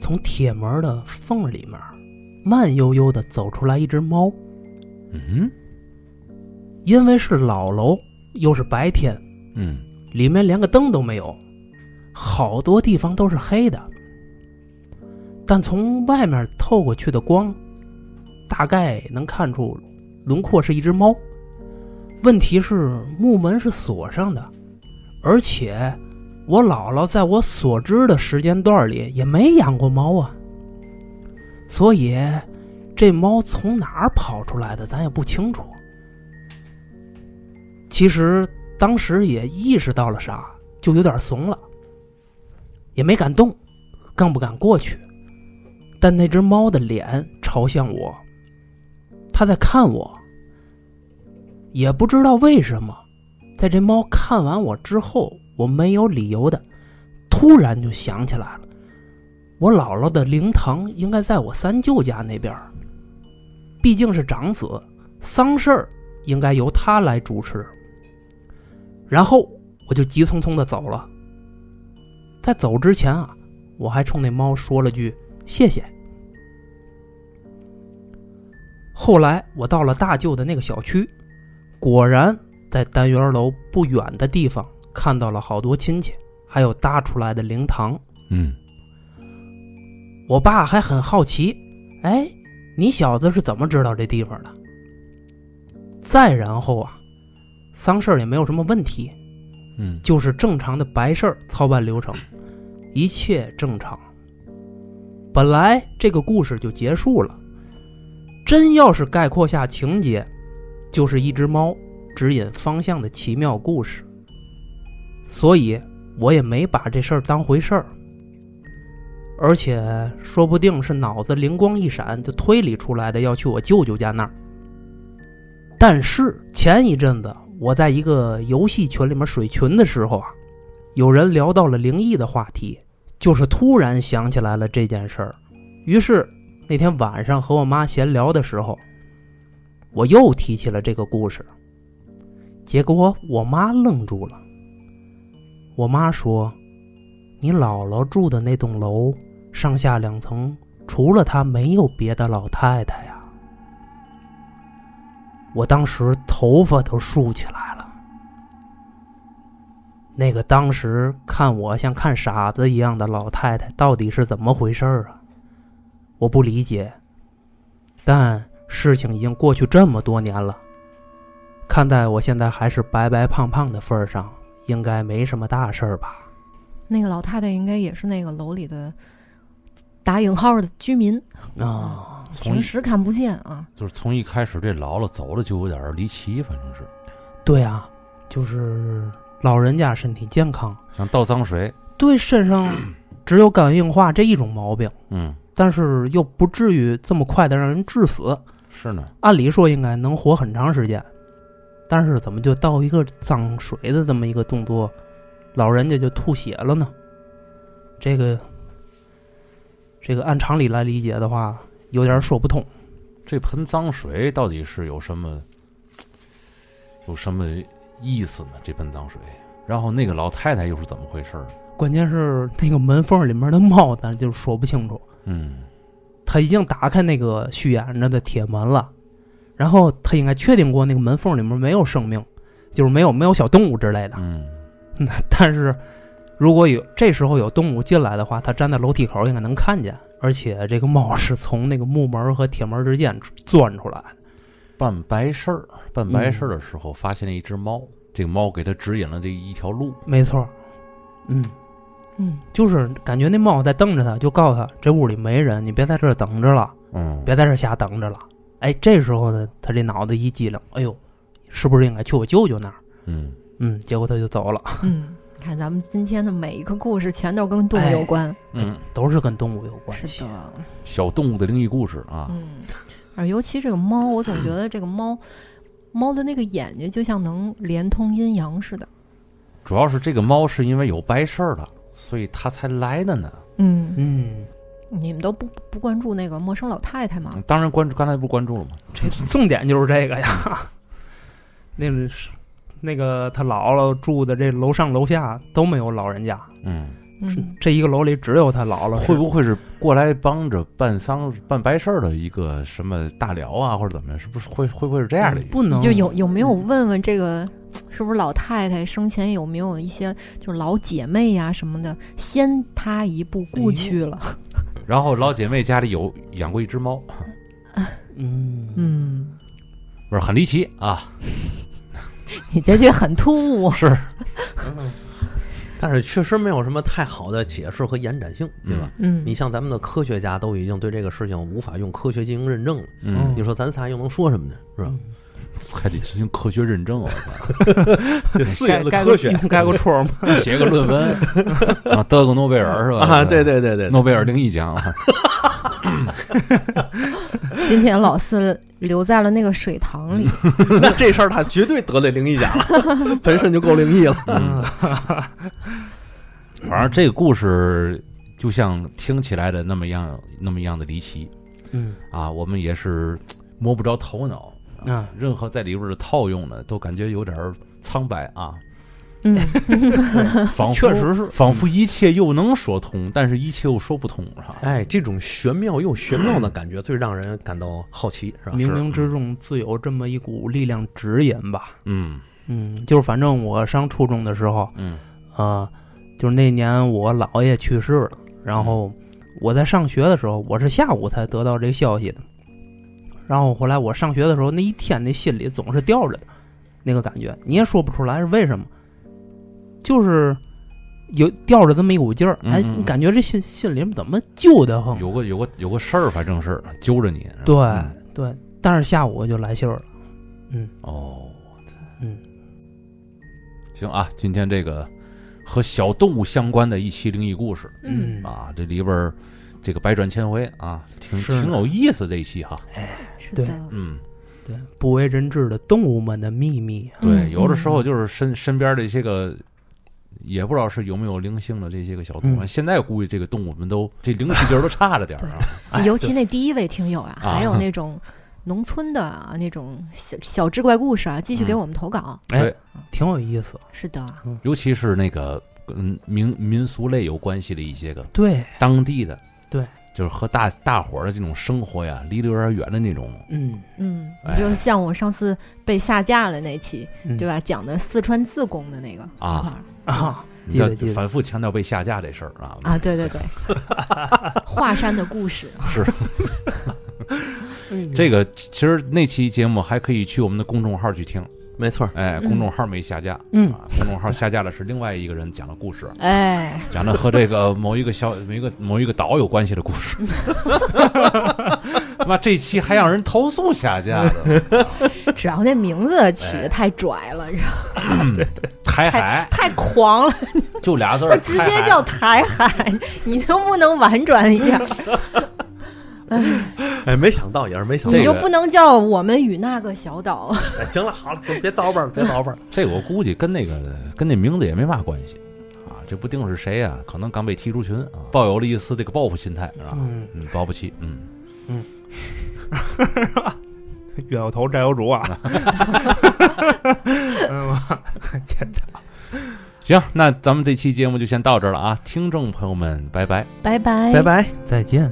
从铁门的缝里面慢悠悠的走出来一只猫。嗯因为是老楼，又是白天，嗯里面连个灯都没有，好多地方都是黑的。但从外面透过去的光，大概能看出轮廓是一只猫。问题是木门是锁上的，而且我姥姥在我所知的时间段里也没养过猫啊，所以这猫从哪儿跑出来的，咱也不清楚。其实当时也意识到了啥，就有点怂了，也没敢动，更不敢过去。但那只猫的脸朝向我，它在看我，也不知道为什么，在这猫看完我之后，我没有理由的，突然就想起来了，我姥姥的灵堂应该在我三舅家那边儿，毕竟是长子，丧事儿应该由他来主持。然后我就急匆匆的走了。在走之前啊，我还冲那猫说了句谢谢。后来我到了大舅的那个小区，果然在单元楼不远的地方看到了好多亲戚，还有搭出来的灵堂。嗯我爸还很好奇，哎，你小子是怎么知道这地方的？再然后啊，丧事儿也没有什么问题，嗯就是正常的白事儿操办流程，一切正常。本来这个故事就结束了，真要是概括下情节，就是一只猫指引方向的奇妙故事。所以我也没把这事儿当回事儿，而且说不定是脑子灵光一闪就推理出来的，要去我舅舅家那儿。但是前一阵子我在一个游戏群里面水群的时候啊，有人聊到了灵异的话题，就是突然想起来了这件事儿。于是那天晚上和我妈闲聊的时候，我又提起了这个故事，结果我妈愣住了。我妈说：“你姥姥住的那栋楼上下两层，除了她没有别的老太太呀。”我当时头发都竖起来了。那个当时看我像看傻子一样的老太太，到底是怎么回事儿啊？我不理解。但事情已经过去这么多年了，看在我现在还是白白胖胖的份儿上，应该没什么大事儿吧？那个老太太应该也是那个楼里的打引号的居民，啊、从平时看不见啊。就是从一开始这姥姥走了就有点儿离奇，反正是对啊，就是老人家身体健康，想倒脏水，对身上 <coughs> 只有肝硬化这一种毛病。嗯，但是又不至于这么快的让人致死。是呢，按理说应该能活很长时间，但是怎么就到一个脏水的这么一个动作，老人家就吐血了呢？这个，这个按常理来理解的话，有点说不通。这盆脏水到底是有什么有什么意思呢？这盆脏水，然后那个老太太又是怎么回事儿？关键是那个门缝里面的猫，咱就说不清楚。嗯他已经打开那个虚掩着的铁门了，然后他应该确定过那个门缝里面没有生命，就是没有没有小动物之类的。嗯，但是如果有这时候有动物进来的话，它站在楼梯口应该能看见，而且这个猫是从那个木门和铁门之间钻出来的。办白事儿，办白事儿的时候发现了一只猫，这个猫给他指引了这一条路。没错，嗯，嗯，就是感觉那猫在瞪着他，就告诉他这屋里没人，你别在这儿等着了，嗯，别在这儿瞎等着了。哎，这时候呢，他这脑子一激灵，哎呦，是不是应该去我舅舅那儿？嗯，嗯，结果他就走了，嗯，看咱们今天的每一个故事，全都跟动物有关。嗯，都是跟动物有关是系。的，小动物的灵异故事啊，嗯，而尤其这个猫，我总觉得这个猫，猫的那个眼睛就像能连通阴阳似的。主要是这个猫是因为有白事儿了，所以它才来的呢。嗯，嗯，你们都不不关注那个陌生老太太吗？当然关注，刚才不是关注了吗？这重点就是这个呀。 <laughs> 那个是那个他姥姥住的这楼上楼下都没有老人家，嗯，嗯，这一个楼里只有他姥姥是。会不会是过来帮着办丧办白事儿的一个什么大僚啊，或者怎么样？是不是会会不会是这样的一个？不能就有有没有问问这个是不是老太太生前有没有一些就是老姐妹呀、什么的，先她一步哎故去了。然后老姐妹家里有养过一只猫，嗯嗯嗯，不是很离奇啊。 <laughs> 你这句很突兀。是，但是确实没有什么太好的解释和延展性，对吧？嗯，你像咱们的科学家都已经对这个事情无法用科学进行认证了，嗯，你说咱仨又能说什么呢？是 <laughs> 吧？还得进行科学认证哦，这盖盖个嗯盖个戳吗？写个论 <laughs> 文啊，得个诺贝尔是吧？啊，对对对对，诺贝尔灵异奖啊，今天老四留在了那个水塘里。那这事儿他绝对得罪灵异奖了， <laughs> 本身就够灵异了。嗯，反正这个故事就像听起来的那么样，那么样的离奇嗯啊，我们也是摸不着头脑，啊，任何在里边的套用呢，都感觉有点儿苍白啊，嗯，仿佛确实是仿嗯佛一切又能说通，但是一切又说不通啊。哎，这种玄妙又玄妙的感觉，最让人感到好奇，是吧？冥冥之中自有这么一股力量指引吧。嗯嗯，就是反正我上初中的时候，嗯啊，就是那年我姥爷去世了，然后我在上学的时候，我是下午才得到这个消息的。然后后来我上学的时候，那一天那心里总是吊着的，那个感觉你也说不出来是为什么，就是有吊着这么一股劲儿，哎，嗯嗯嗯感觉这心心里面怎么揪得嗯慌？有个有个有个事儿，反正是揪着你。是吧对、嗯对，但是下午我就来信儿了。哦，嗯，行啊，今天这个和小动物相关的一期灵异故事嗯，啊，这里边儿这个百转千回啊，挺是呢挺有意思这一期哈。是对的，嗯，对，不为人知的动物们的秘密。对，嗯有的时候就是身身边的这个。也不知道是有没有灵性的这些个小动物，嗯现在估计这个动物们都这灵气劲儿都差着点儿啊。哎尤其那第一位听友啊，啊还有那种农村的啊，那种小小志怪故事啊，继续给嗯我们投稿。哎对，挺有意思。是的，尤其是那个跟民民俗类有关系的一些个对，当地的，对，就是和大大伙儿的这种生活呀，离得有点远的那种，嗯，嗯，哎就像我上次被下架了那期，嗯对吧？讲的四川自贡的那个啊块儿啊，你记得要记得反复强调被下架这事儿啊。啊，对对对，华山的故事，嗯这个其实那期节目还可以去我们的公众号去听，没错儿，哎，嗯公众号没下架，嗯啊，公众号下架的是另外一个人讲的故事，哎，讲的和这个某一个小、某一个某一个岛有关系的故事。妈，这期还让人投诉下架的，只要那名字起哎的太拽了， <laughs> 然后台海太狂了，就俩字他儿，直台接海叫台海，你就不能婉转一点儿？哎，没想到也是没想到。你这就个不能叫我们与那个小岛？哎行了，好了，别叨吧了，别叨吧了。这我估计跟那个跟那名字也没嘛关系啊，这不定是谁呀、可能刚被踢出群啊，抱有了一丝这个报复心态啊，嗯，嗯，保不齐，嗯，冤有头债有主啊。嗯， <laughs> 我天哪行，那咱们这期节目就先到这儿了啊，听众朋友们，拜拜。拜拜拜拜。再见。